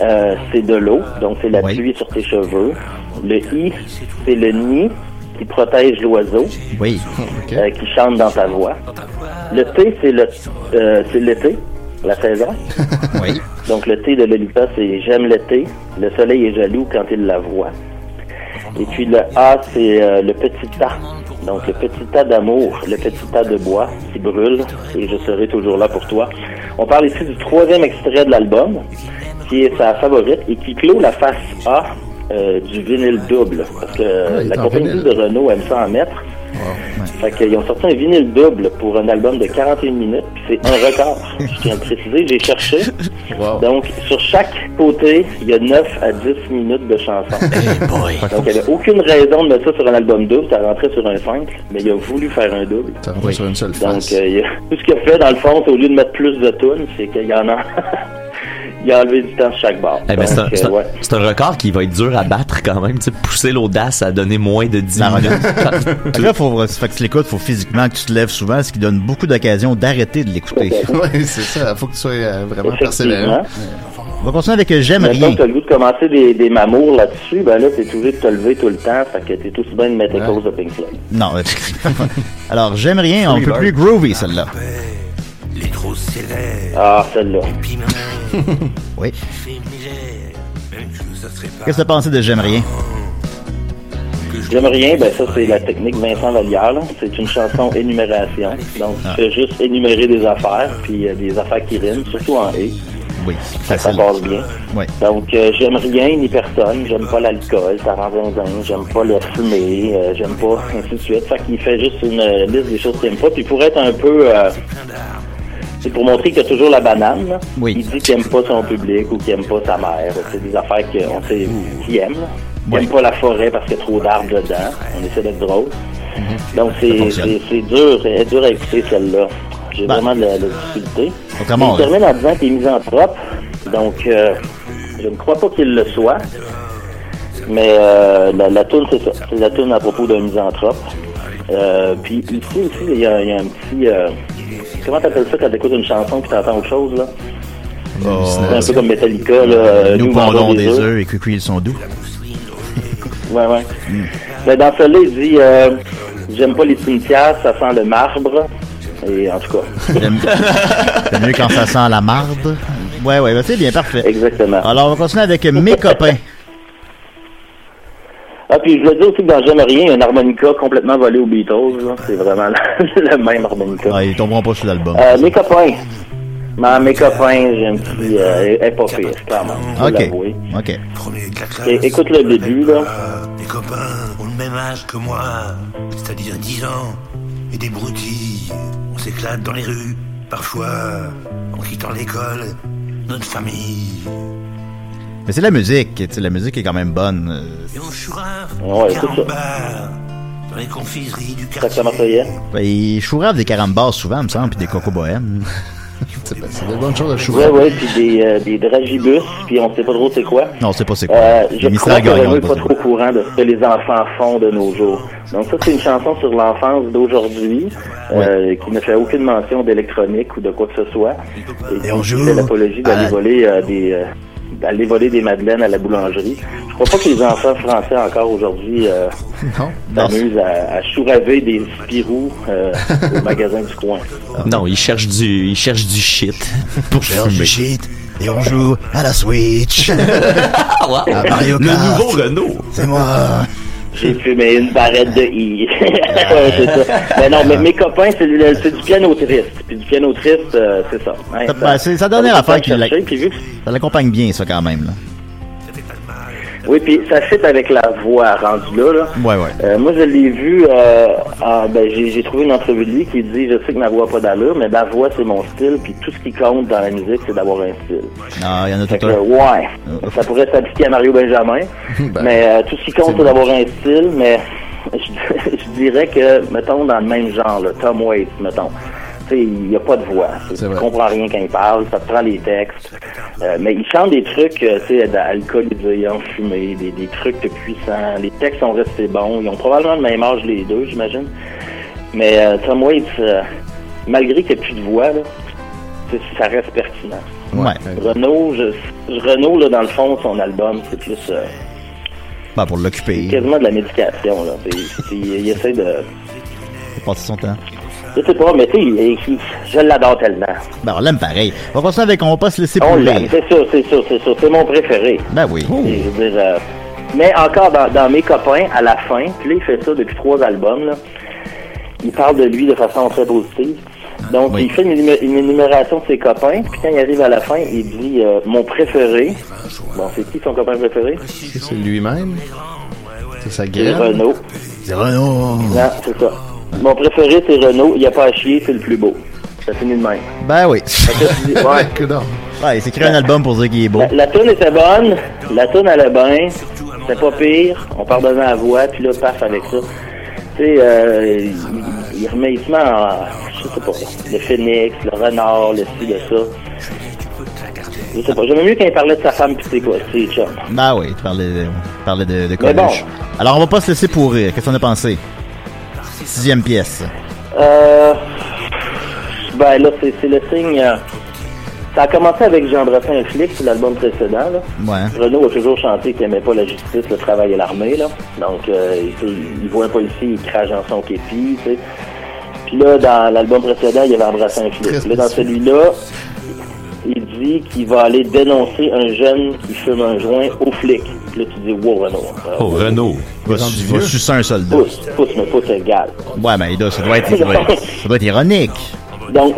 S4: euh, c'est de l'eau, donc c'est la pluie sur tes cheveux. Le I, c'est le nid qui protège l'oiseau,
S10: Oui.
S4: euh, qui chante dans ta voix. Le T, c'est le euh, c'est l'été, la saison.
S10: oui.
S4: Donc le T de Lolita, c'est j'aime l'été. Le soleil est jaloux quand il la voit. Et puis le A, c'est euh, le petit tas. Donc le petit tas d'amour, le petit tas de bois qui brûle, et je serai toujours là pour toi. On parle ici du troisième extrait de l'album, qui est sa favorite, et qui clôt la face A euh, du vinyle double. Parce que
S10: Ah,
S4: euh,
S14: il
S4: la
S14: est en
S4: compagnie
S14: vinyle.
S4: de Renault aime ça en mettre. Fait qu'ils ont sorti un vinyle double pour un album de 41 minutes, puis c'est un record. Je tiens à le préciser, j'ai cherché. Donc, sur chaque côté, il y a 9 à 10 minutes de chansons. Donc, il n'y avait aucune raison de mettre ça sur un album double, ça rentrait sur un simple, mais il a voulu faire un double.
S13: Ça rentrait sur une seule face.
S4: Donc, euh, il a- tout ce qu'il a fait, dans le fond, c'est au lieu de mettre plus de tunes, c'est qu'il y en a... il a enlevé du temps sur chaque barre.
S9: Eh ben, c'est un,
S4: Donc,
S9: c'est
S4: euh,
S9: un-
S4: ouais.
S9: c'est un record qui va être dur à battre quand même. Tu sais, pousser l'audace à donner moins de 10 minutes.
S10: Fait que là, faut, fait que tu l'écoutes, faut physiquement que tu te lèves souvent, ce qui donne beaucoup d'occasions d'arrêter de l'écouter.
S13: oui, c'est ça. Faut que tu sois euh, vraiment persévérant.
S10: On va continuer avec J'aime
S4: Maintenant
S10: rien.
S4: que tu as le goût de commencer des, des mamours là-dessus, ben là, t'es obligé de te lever tout le temps, fait que t'es aussi bien de mettre les causes de Pink Floyd.
S10: Non. Alors, J'aime rien, on peut plus groovy, celle-là.
S15: Les trop sévères.
S4: Ah, celle-là.
S10: oui.
S15: Même Ben, que ça serait Oh, pas.
S10: Qu'est-ce que t'as pensé de J'aime rien?
S4: J'aime rien, ben ça c'est la technique Vincent Vallière. là. C'est une chanson énumération. Donc tu fais juste énumérer des affaires, puis euh, des affaires qui riment, surtout en E.
S10: Oui,
S4: ça, ça passe bien.
S10: Oui.
S4: Donc euh, j'aime rien ni personne, j'aime pas l'alcool, ça rend zinzin, j'aime pas le fumée, euh, j'aime pas ainsi de suite. Fait qu'il fait juste une euh, liste des choses qu'il aime pas. Puis pour être un peu euh, c'est pour montrer qu'il y a toujours la banane. là. Il dit qu'il aime pas son public ou qu'il aime pas sa mère. C'est des affaires qu'on sait qu'il aime. là. Il aime pas la forêt parce qu'il y a trop d'arbres dedans. On essaie d'être drôle. Donc c'est
S10: fonctionne.
S4: c'est- c'est dur, c'est dur à écouter celle-là. J'ai vraiment de la, de la difficulté.
S10: Autrement,
S4: il termine en disant qu'il est misanthrope. Donc euh, je ne crois pas qu'il le soit. Mais euh, la, la toune, c'est ça. C'est la toune à propos d'un misanthrope. Euh, puis ici aussi, il y, a il y a un petit... euh, comment t'appelles ça quand t'écoutes une chanson puis t'entends autre chose, là? C'est un peu comme Metallica, là. euh,
S10: Oh. Nous
S4: vendons
S10: pondons des œufs et cuicui, ils sont doux.
S4: Ouais, ouais. Ben, dans celle-là, il dit euh, J'aime pas les cimetières, ça sent le marbre. » Et en tout cas...
S10: J'aime- C'est mieux quand ça sent la marde. Ouais, ouais, bah, c'est bien, parfait.
S4: Exactement.
S10: Alors, on va continuer avec Mes copains.
S4: Ah, puis je voulais dire aussi que dans J'aime rien, il y a un harmonica complètement volé aux Beatles. là. C'est vraiment le même harmonica.
S10: ils tomberont pas sur l'album.
S4: Euh, mes copains. Ma- mes copains, j'ai un petit... Euh, elle est pas pire, clairement. Je dois
S10: Ok.
S4: l'avouer.
S10: Ok.
S15: Premier de la classe.
S4: Et- Écoute le début, là.
S15: Les copains ont le même âge que moi, c'est-à-dire 10 ans, et des broutilles. On s'éclate dans les rues, parfois en quittant Euh, l'école, notre famille.
S10: Mais c'est la musique. tu sais, La musique est quand même bonne. euh,
S15: Et on choura
S10: Ouais,
S15: en
S10: c'est ça.
S15: carambar, dans dans les confiseries du quartier.
S4: Sacrement Feuillet.
S10: Ben, il chourave des carambars souvent, il me semble, puis des cocos bohèmes.
S13: c'est des bonnes choses à
S4: Ouais, ouais, puis des, euh, des dragibus, puis on sait pas trop c'est quoi.
S10: Non, c'est pas c'est quoi.
S4: Euh, je
S10: Le
S4: crois
S10: mystère
S4: que
S10: gagnant,
S4: Renaud
S10: le
S4: est pas
S10: boss.
S4: trop au courant de ce que les enfants font de nos jours. Donc ça, c'est une chanson sur l'enfance d'aujourd'hui euh, qui ne fait aucune mention d'électronique ou de quoi que ce soit. Et
S15: on
S4: qui
S15: joue
S4: fait l'apologie d'aller
S15: à-
S4: voler euh, des... euh, d'aller voler des madeleines à la boulangerie. Je crois pas que les enfants français encore aujourd'hui euh,
S13: Non.
S4: s'amusent à, à chouraver des Spirou euh, au magasin du coin.
S9: Non, il cherche du, il cherche du shit pour
S15: Cherche du
S9: fumer.
S15: shit et on joue à la Switch.
S10: Ah,
S15: À Mario Kart.
S9: Renault.
S15: C'est moi.
S4: J'ai fumé une barrette de i. Ouais, c'est ça. Mais non, mais mes copains, c'est le- c'est du piano triste. Puis du piano triste, euh, c'est ça. Hein,
S10: Ça- ben, c'est sa dernière
S4: ça-
S10: affaire
S4: ça-
S10: qui l'a-
S4: chercher, puis vu que-
S10: Ça l'accompagne bien, ça, quand même. Là.
S4: Oui, puis ça fit avec la voix rendue là. là.
S10: Ouais, ouais.
S4: Euh, moi, je l'ai vu, euh, en- ben, j'ai j'ai trouvé une entrevue de lui qui dit, je sais que ma voix n'a pas d'allure, mais ma voix, c'est mon style, puis tout ce qui compte dans la musique, c'est d'avoir un style.
S10: Ah, il y en a tout
S4: Fait que,
S10: un.
S4: euh, ouais, ça pourrait s'appliquer à Mario Benjamin,
S10: Ben,
S4: mais euh, tout ce qui compte, c'est d'avoir un style, mais je, je dirais que, mettons, dans le même genre, là, Tom Waits, mettons, tu sais, il n'y a pas de voix, tu
S13: vrai.
S4: comprends rien quand il parle, ça te prend les textes, Euh, mais il chante des trucs, euh, tu sais, d'alcoolisé, enfumé, des, des trucs de puissants, les textes sont restés bons, ils ont probablement le même âge les deux, j'imagine, mais euh, Tom Waits, euh, malgré qu'il n'y ait plus de voix, là, tu sais, ça reste pertinent.
S10: Ouais.
S4: Renault, je, je- Renault là, dans le fond, son album, c'est plus euh,
S10: Ben, pour l'occuper.
S4: quasiment de la médication. Là. C'est- c'est- il, il essaie de.
S10: Il passe son temps.
S4: Je sais pas, mais tu sais, il- il- je l'adore tellement.
S10: Ben, on l'aime pareil. On va passer avec On va pas se laisser
S4: On l'aime,
S10: pouler.
S4: c'est sûr, c'est sûr, c'est sûr. C'est mon préféré.
S10: Ben oui.
S4: Et je veux dire, euh, mais encore dans, dans mes copains, à la fin, puis là, il fait ça depuis trois albums, là. il parle de lui de façon très positive. Donc, il fait une, énumé- une énumération de ses copains, puis quand il arrive à la fin, il dit euh, Mon
S10: Eh
S4: préféré.
S10: ben,
S4: Bon, c'est qui son copain préféré
S13: C'est lui-même. C'est sa
S4: C'est
S13: gueule.
S4: Renault.
S13: C'est Renault.
S4: Non, c'est ça. Mon préféré, c'est Renault. Il n'y a pas à chier, c'est le plus beau. Ça finit de même.
S10: Ben oui.
S4: Fait que tu dis, ouais.
S10: Ouais, il s'est créé un album pour dire qu'il est beau.
S4: La, la toune était bonne, la toune allait bien, c'était pas pire, on pardonnait la voix, puis là, paf, avec ça. Tu sais, euh, il, il remet, il se met en, je sais pas, le phénix, le renard, le ci, le ça. Je sais pas, j'aimais mieux quand il parlait de sa femme, puis c'est quoi, c'est chum.
S10: Ben oui, tu parlais de, tu parlais de, de
S4: Mais bon.
S10: Coluche. Alors, on va pas se laisser pourrir. Qu'est-ce qu'on a pensé? Sixième pièce.
S4: Euh, ben là, c'est c'est le signe. euh, ça a commencé avec Jean Brassin et Flic, sur l'album précédent. Là.
S10: Ouais.
S4: Renaud a toujours chanté qu'il n'aimait pas la justice, le travail et l'armée. là. Donc, euh, il, il voit un policier, il crache dans son képi. tu sais. Puis là, dans l'album précédent, il y avait Embrasser un flic. Là, dans celui-là, il dit qu'il va aller dénoncer un jeune qui fume un joint au flic. Puis là, tu dis, wow, Renaud. euh,
S10: Oh, Renault. Va, su- va sucer un soldat.
S4: Pousse, pousse, mais pousse égal.
S10: Ouais, mais là, ça doit être, ça doit être- ça doit être ironique. Ah
S4: Donc,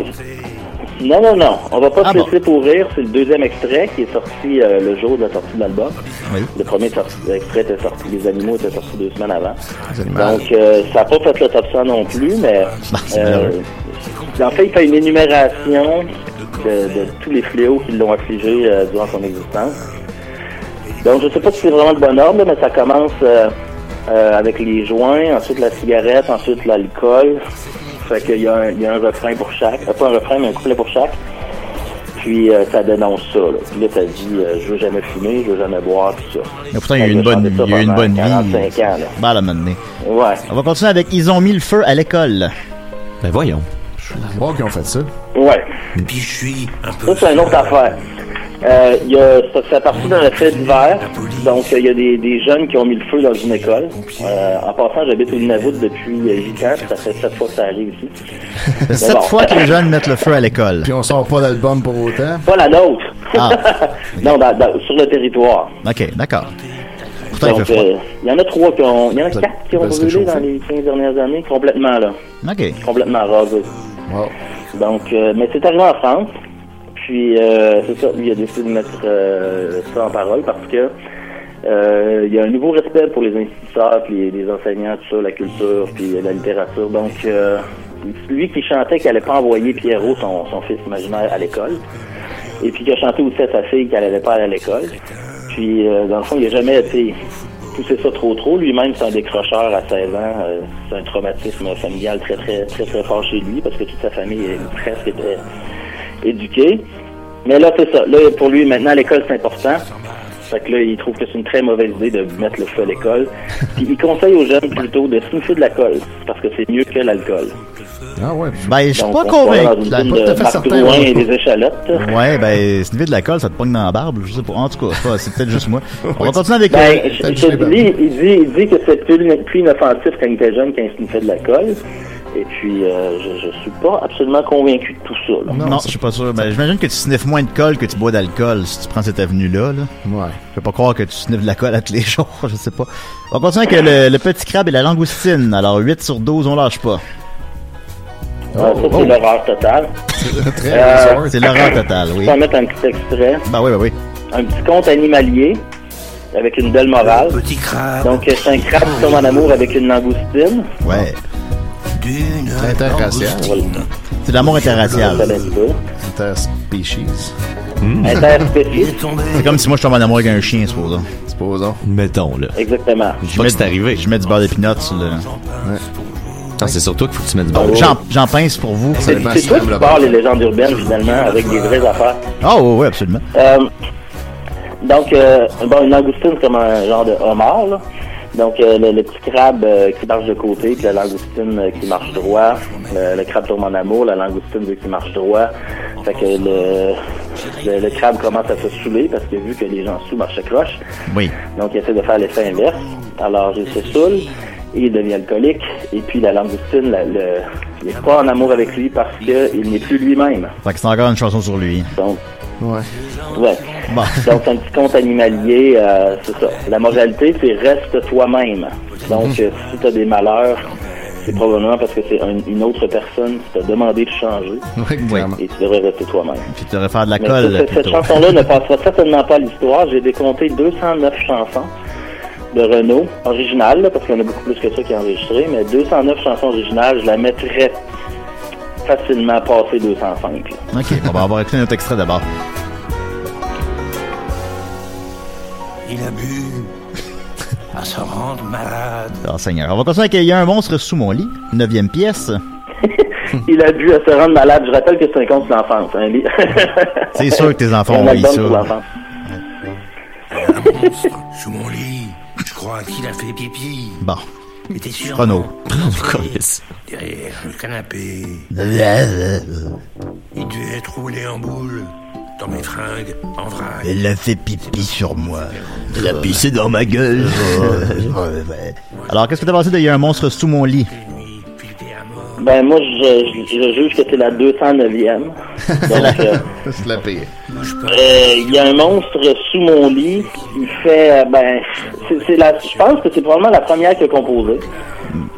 S4: non, non, non. On va pas se laisser pourrir. C'est le deuxième extrait qui est sorti euh, le jour de la sortie de l'album. Le premier sorti- extrait était sorti, Les Animaux était sorti deux semaines avant. Donc, euh, ça n'a pas fait le top 100 non plus, mais...
S10: c'est
S4: euh,
S10: malheureux.
S4: en fait, il fait une énumération de, de tous les fléaux qui l'ont affligé euh, durant son existence. Donc, je sais pas si c'est vraiment le bon ordre, mais ça commence euh, euh, avec les joints, ensuite la cigarette, ensuite l'alcool. Fait qu'il y, a un- il y a un refrain pour chaque. euh, Pas un refrain, mais un couplet pour chaque. Puis euh, ça dénonce ça. Là. Puis là, ça dit euh, je veux jamais fumer, je veux jamais boire, tout ça.
S10: Mais pourtant, il y a eu une bonne, il y a eu une bonne vie.
S4: 45 ans, là.
S10: Ben, à la matinée.
S4: Ouais.
S10: On va continuer avec Ils ont mis le feu à l'école.
S9: Ben voyons.
S13: Bon qu'ils ont fait ça.
S4: Ouais.
S15: Puis je suis un peu.
S4: Ça, c'est une autre affaire. Euh, il y a, ça fait partie d'un fait divers.
S10: Ben,
S4: Donc, euh, il y a des, des jeunes qui ont mis le feu dans une école. Euh, en passant, j'habite au Nunavut depuis 8 ans. puis Ça fait 7 fois que ça arrive ici. Mais
S10: Sept
S4: bon.
S10: fois que les jeunes mettent le feu à l'école.
S13: Puis on sort pas d'album pour autant.
S4: Pas la nôtre. non, dans- dans- sur le territoire.
S10: OK, d'accord. Pourtant, il
S4: Donc,
S10: fait froid.
S4: euh, il y en a trois qui ont. Il y en a quatre qui ont
S10: ben, c'est
S4: brûlé dans
S10: chauffé.
S4: les 15 dernières années, complètement, là.
S10: OK.
S4: Complètement rasé. Donc, euh, mais c'est arrivé en France. Puis, euh, c'est ça, lui, il a décidé de mettre euh, ça en parole parce que euh, il y a un nouveau respect pour les instituteurs, puis les enseignants, tout ça, la culture, puis la littérature. Donc, euh, lui qui chantait qu'elle allait pas envoyer Pierrot, son, son fils imaginaire, à l'école, et puis qui a chanté aussi à sa fille qu'elle allait pas aller à l'école. Puis, euh, dans le fond, il a jamais été... pousser ça trop trop. Lui-même, c'est un décrocheur à 16 ans. Euh, c'est un traumatisme familial très, très, très, très fort chez lui parce que toute sa famille est presque était éduquée. Mais là, c'est ça. Là, pour lui, maintenant, l'école, c'est important. Fait que là, il trouve que c'est une très mauvaise idée de mettre le feu à l'école. Puis il conseille aux jeunes plutôt de sniffer de la colle parce que c'est mieux que l'alcool.
S10: Ah ouais. Ben, je suis
S4: euh, Donc, on se
S10: pas
S4: voit dans
S10: convaincu.
S4: une
S10: Là,
S4: zone
S10: pas tout à
S4: de
S10: fait
S4: Marc
S10: certain.
S4: Drouin
S10: moi,
S4: et
S10: je-
S4: des échalotes.
S10: Ouais, ben, se lever de la colle, ça te pogne dans la barbe. Je sais pas. En tout cas, c'est pas- c'est peut-être juste moi. On va continuer avec.
S4: Ben,
S10: euh,
S4: je-
S10: peut-être
S4: je te
S10: Gilbert.
S4: dis, il dit, il dit que c'est plus, plus inoffensif quand il était jeune, quand il sniffait de la colle. Et puis, euh, je, je suis pas absolument convaincu de tout ça. là.
S10: Non, je suis pas sûr. Ben, j'imagine que tu sniffes moins de colle que tu bois d'alcool si tu prends cette avenue-là. Là. Ouais. Je peux pas croire que tu sniffes de la colle à tous les jours, je sais pas. On continue avec le, le petit crabe et la langoustine. Alors, 8 sur 12, on lâche pas.
S4: Ah, ça, c'est
S10: oh.
S4: l'horreur totale. Euh,
S10: très bizarre. C'est l'horreur totale, oui.
S4: Je vais en mettre un petit extrait.
S10: Ben oui, ben oui.
S4: Un petit conte animalier avec une belle morale. Petit crabe. Donc, euh, c'est un crabe qui tombe en amour avec une langoustine.
S10: Ouais.
S15: D'une
S10: Interracial.
S15: langoustine.
S10: C'est de l'amour interracial. Hmm.
S13: Interspecies.
S4: Interspécies.
S10: C'est comme si moi je tombe en amour avec un chien, supposons. Supposons. Mettons, là.
S4: Exactement.
S10: Je mets, arrivé. je mets du beurre de pinot sur le.
S9: Non, c'est sur toi qu'il faut que tu mettes du beurre.
S10: J'en- J'en pince pour vous.
S4: Oh. C'est c'est toi qui parles les légendes urbaines, finalement, avec des vraies affaires.
S10: Ah oui, oui, absolument.
S4: Euh, donc, euh, bon, une langoustine, c'est comme un genre de homard, là. Donc, euh, le, le petit crabe euh, qui marche de côté, puis la langoustine euh, qui marche droit. Euh, Le, le crabe tombe en amour, la langoustine veut qu'il marche droit. Fait que le, le, le crabe commence à se saouler parce que vu que les gens sous marchent croche,
S10: Oui.
S4: donc il essaie de faire l'effet inverse. Alors, il se saoule, et il devient alcoolique, et puis la langoustine, la- le, il est pas en amour avec lui parce qu'il n'est plus lui-même.
S10: Fait que c'est encore une chanson sur lui.
S4: Donc.
S10: Ouais.
S4: Ouais. Donc, c'est un petit conte animalier, euh, c'est ça. La moralité, c'est reste toi-même. Donc, euh, si tu as des malheurs, c'est probablement parce que c'est un- une autre personne qui t'a demandé de changer. Et tu devrais rester toi-même.
S10: Puis tu devrais faire de la
S4: Mais
S10: colle.
S4: ça, cette
S10: plutôt.
S4: chanson-là ne passera certainement pas à l'histoire. J'ai décompté 209 chansons de Renault, originales, là, parce qu'il y en a beaucoup plus que ça qui est enregistré, mais 209 chansons originales, je la mettrais facilement passer 205. là.
S10: Ok, on va avoir écouté notre extrait d'abord.
S15: Il a bu à se rendre malade.
S10: Oh, Seigneur. On va continuer avec Il y a un monstre sous mon lit. Neuvième pièce.
S4: Il a dû se rendre malade. Je rappelle que c'est un conte sur l'enfance. Hein, li-
S10: C'est sûr que tes enfants
S4: Un
S10: ont lu
S4: album
S10: ça.
S4: sur l'enfance.
S15: Un monstre sous mon lit. Je crois qu'il a fait pipi.
S10: Bon.
S15: Mais t'es sûr
S10: Renaud.
S15: Derrière le canapé. Il devait être roulé en boule. Dans mes fringues, en vrac.
S14: Elle a fait pipi sur moi. Elle a pissé dans ma gueule.
S10: Alors, qu'est-ce que t'as pensé de Il y a un monstre sous mon lit?
S4: Ben, moi, je, je- je juge que c'est la 209e. Donc, euh,
S13: C'est la pire.
S4: euh, il y a un monstre sous mon lit. Il fait, euh, ben, c'est, c'est la, je pense que c'est probablement la première qu'il a composée.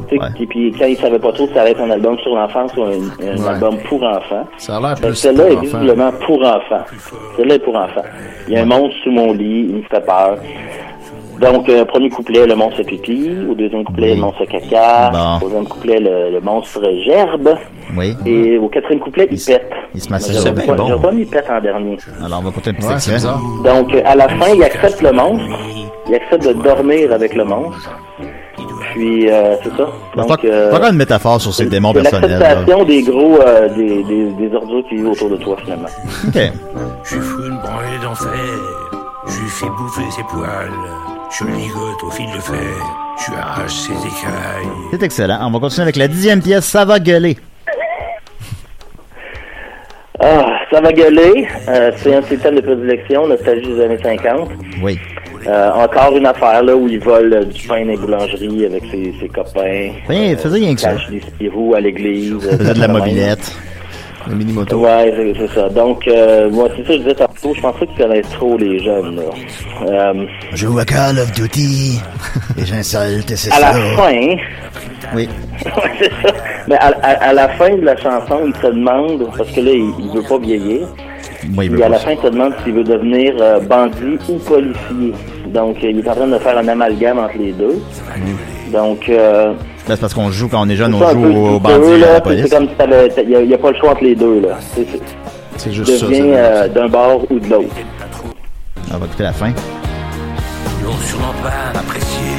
S4: Tu sais, Et puis, quand il savait pas trop si ça allait être un album sur l'enfance ou un, un
S13: Ouais.
S4: album pour enfants.
S13: Ça a l'air
S4: Ben,
S13: plus.
S4: Celle-là est
S13: pour enfants.
S4: visiblement pour enfants. Celle-là est pour enfants. Il y a un monstre sous mon lit, il me fait peur. Donc, euh, premier couplet, le monstre pipi. Au deuxième couplet, le monstre caca. Au deuxième couplet, le, le monstre gerbe.
S10: Oui.
S4: Et au quatrième couplet, il, pète.
S10: Il se massage.
S4: J'aurais
S10: C'est
S4: pas-
S10: bien bon.
S4: j'aurais pas mis pète en dernier.
S10: Alors, on va écouter un petit
S4: Ouais, c'est
S10: extrait.
S4: bizarre. Donc, euh, à la fin, il accepte le monstre. Il accepte de dormir avec le monstre. Puis, euh, c'est ça.
S15: Ah.
S10: Pas
S4: Donc,
S10: pas
S4: euh,
S10: encore une métaphore sur ses démons
S4: c'est
S10: personnels. là.
S4: l'acceptation des gros, euh, des, des, des ordures qui vivent autour de toi, finalement.
S10: Ok.
S15: Je lui fous une branlée d'enfer. Je lui fais bouffer ses poils. Je le ligote au fil de fer. Je lui arrache ses écailles.
S10: C'est excellent. On va continuer avec la dixième pièce. Ça va gueuler.
S4: Ah, ça va gueuler. Euh, c'est un de ses thèmes de prédilection, nostalgie des années 50.
S10: Oui.
S4: Euh, encore une affaire là où il vole euh, du pain des boulangeries avec ses, ses copains. Euh,
S10: Faisais- faisais rien que ça.
S4: Cache des spirou à l'église.
S10: Faisait de la mobilette. Le mini-moto.
S4: Ouais, c'est- c'est ça. Donc, euh, moi, c'est ça que je disais tantôt. Je pensais qu'ils connaissent trop les jeunes. là. Euh,
S14: Je joue à Call of Duty et j'insulte, c'est
S4: à
S14: ça.
S4: la fin,
S10: Oui.
S4: Ouais, c'est ça. Mais à, à- à la fin de la chanson, il se demande, parce que là, il, il veut pas vieillir.
S10: Moi, il veut
S4: Puis à
S10: pas
S4: la
S10: ça.
S4: fin, il se demande s'il veut devenir euh, bandit ou policier. Donc, euh, il est en train de faire un amalgame entre les deux. Donc, euh,
S10: Ben, c'est parce qu'on joue quand on est jeune,
S4: c'est
S10: on
S4: ça un
S10: joue
S4: peu
S10: au
S4: ce que eux,
S10: bandit à
S4: là,
S10: la
S4: c'est-
S10: police.
S4: C'est comme si il n'y a, pas le choix entre les deux. là. C'est- c'est-
S10: C'est
S4: Tu deviens euh, d'un bord ou de l'autre.
S10: On va écouter la fin.
S13: n'ont sûrement pas apprécié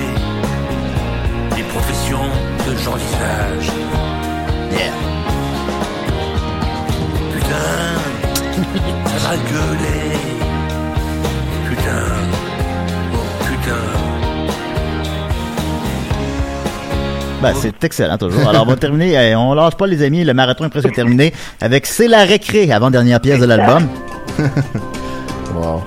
S13: les professions que j'envisage. Yeah. Putain, ça va gueuler. Putain, oh, putain.
S9: Ben, c'est excellent toujours. Alors, on va terminer. eh, on lâche pas, les amis. Le marathon est presque terminé avec C'est la récré, avant-dernière pièce de l'album.
S16: wow.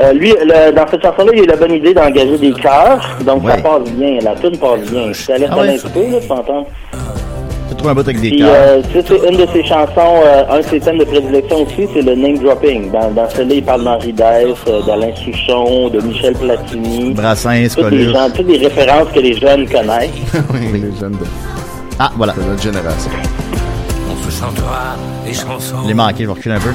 S4: Euh, lui, le- dans cette chanson-là, il a eu la bonne idée d'engager des chœurs, donc ça
S9: Ouais.
S4: passe bien, la tune passe bien. Je suis allé
S9: Ah ouais.
S4: reconnaître un petit peu, là, tu m'entends?
S9: Tu trouves un bout avec des
S4: Puis,
S9: cœurs.
S4: euh, ça, c'est une de ses chansons, euh, un de ses thèmes de prédilection aussi, c'est le name dropping. Dans, dans celle-là, il parle d'Henri Dess, euh, d'Alain Souchon, de Michel Platini.
S9: Brassens,
S4: Toutes des,
S9: Coluche.
S4: Mm. gens, toutes des références que les jeunes connaissent.
S16: oui, les jeunes de,
S9: Ah, voilà.
S16: de notre génération.
S13: On se chantera les chansons.
S9: Je l'ai manqué, je vais reculer un peu.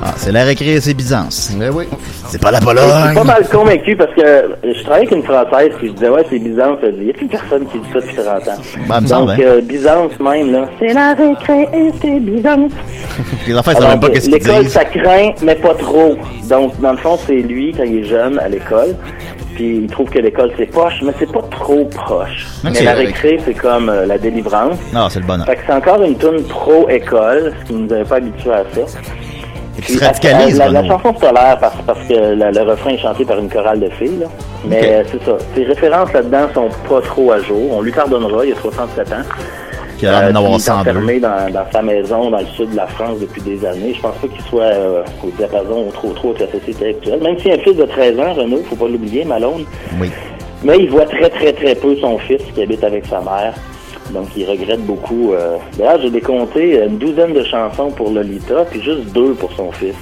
S9: Ah, c'est la récré, c'est Byzance.
S16: oui.
S9: C'est pas la
S4: Je suis pas
S9: Pologne.
S4: mal convaincu parce que je travaillais avec une Française puis je disais ouais c'est Byzance. Elle dit, Il n'y a plus personne qui dit ça depuis 30 ans.
S9: Ben, me semble,
S4: Donc
S9: hein.
S4: euh, Byzance même là. C'est la récré et c'est Byzance.
S9: Les enfants, ils savent
S4: Alors,
S9: même pas qu'est-ce qu'ils
S4: L'école,
S9: disent.
S4: ça craint, mais pas trop. Donc, dans le fond, c'est lui, quand il est jeune, à l'école, puis il trouve que l'école, c'est poche, mais c'est pas trop proche.
S9: Ok.
S4: Mais la récré, c'est comme euh, la délivrance.
S9: Non, c'est le bonheur.
S4: Fait que c'est encore une tune pro-école, ce qui nous avait pas habitués à ça.
S9: Puis, se radicalise,
S4: la, la
S9: Renaud.
S4: chanson se tolère parce, parce que la- le refrain est chanté par une chorale de filles, là. Mais
S9: Ok.
S4: euh, c'est ça. Ses références là-dedans sont pas trop à jour. On lui pardonnera, il a 67 ans.
S9: Ah, Qui a l'air d'en
S4: Euh,
S9: avoir
S4: il est
S9: 102.
S4: enfermé dans, dans sa maison dans le sud de la France depuis des années. Je pense pas qu'il soit euh, au diapason ou trop trop avec la société actuelle. Même s'il y a un fils de 13 ans, Renaud, faut pas l'oublier, Malone.
S9: Oui.
S4: Mais il voit très très très peu son fils qui habite avec sa mère. Donc il regrette beaucoup. euh. D'ailleurs, j'ai décompté une douzaine de chansons pour Lolita, puis juste deux pour son fils.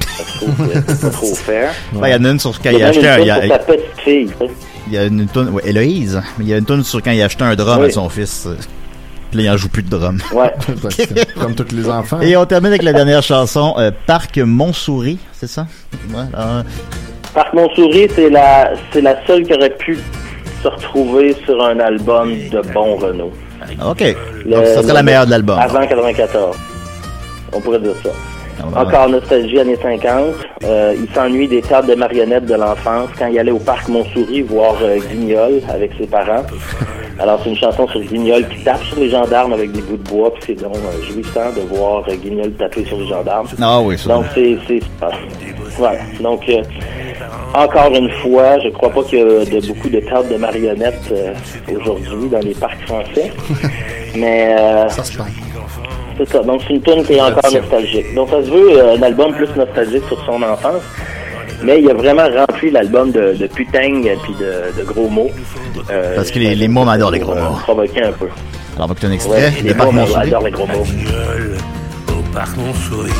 S4: Fait que Je trouve que c'est pas trop fair.
S9: Ben, il y en a une sur quand il
S4: y
S9: a
S4: a
S9: acheté un.
S4: même
S9: Il y
S4: une
S9: a,
S4: pour sa petite fille. tu sais.
S9: il y a une toune. Ouais, Héloïse. Il y a une toune sur quand il a acheté un drum
S4: Oui.
S9: à son fils. euh, Puis là, il en joue plus de drum.
S4: Ouais.
S16: Comme tous les enfants.
S9: Et on termine avec la dernière chanson, euh, Parc Montsouris, c'est ça? Ouais, euh,
S4: Parc Montsouris, c'est la, c'est la seule qui aurait pu se retrouver sur un album de bon Renault.
S9: OK. Donc, ça serait la meilleure de l'album.
S4: Avant 94. On pourrait dire ça.
S9: ben,
S4: Encore nostalgie années 50. Euh, il s'ennuie des tables de marionnettes de l'enfance quand il allait au parc Montsouris voir euh, Guignol avec ses parents. Alors c'est une chanson sur Guignol qui tape sur les gendarmes avec des bouts de bois, puis c'est donc euh, jouissant de voir euh, Guignol taper sur les gendarmes.
S9: Ah oui, ça.
S4: Donc c'est c'est- ah, voilà. Donc euh, encore une fois, je crois pas qu'il y a de beaucoup de tables de marionnettes euh, aujourd'hui dans les parcs français. Mais euh, c'est ça. Donc c'est une tune qui est encore nostalgique. Donc ça se veut euh, un album plus nostalgique sur son enfance. Mais il a vraiment rempli l'album de, de putain et puis de, de gros mots. euh,
S9: Parce que les, les mômes adorent les gros
S4: pour, euh,
S9: mots.
S4: provoquer un peu.
S9: Alors, on va écouter un
S4: Ouais,
S9: extrait de
S4: les
S9: Parc
S4: mômes
S9: Montsouris.
S4: adorent les gros mots.
S13: Gueule, au parc Montsouris.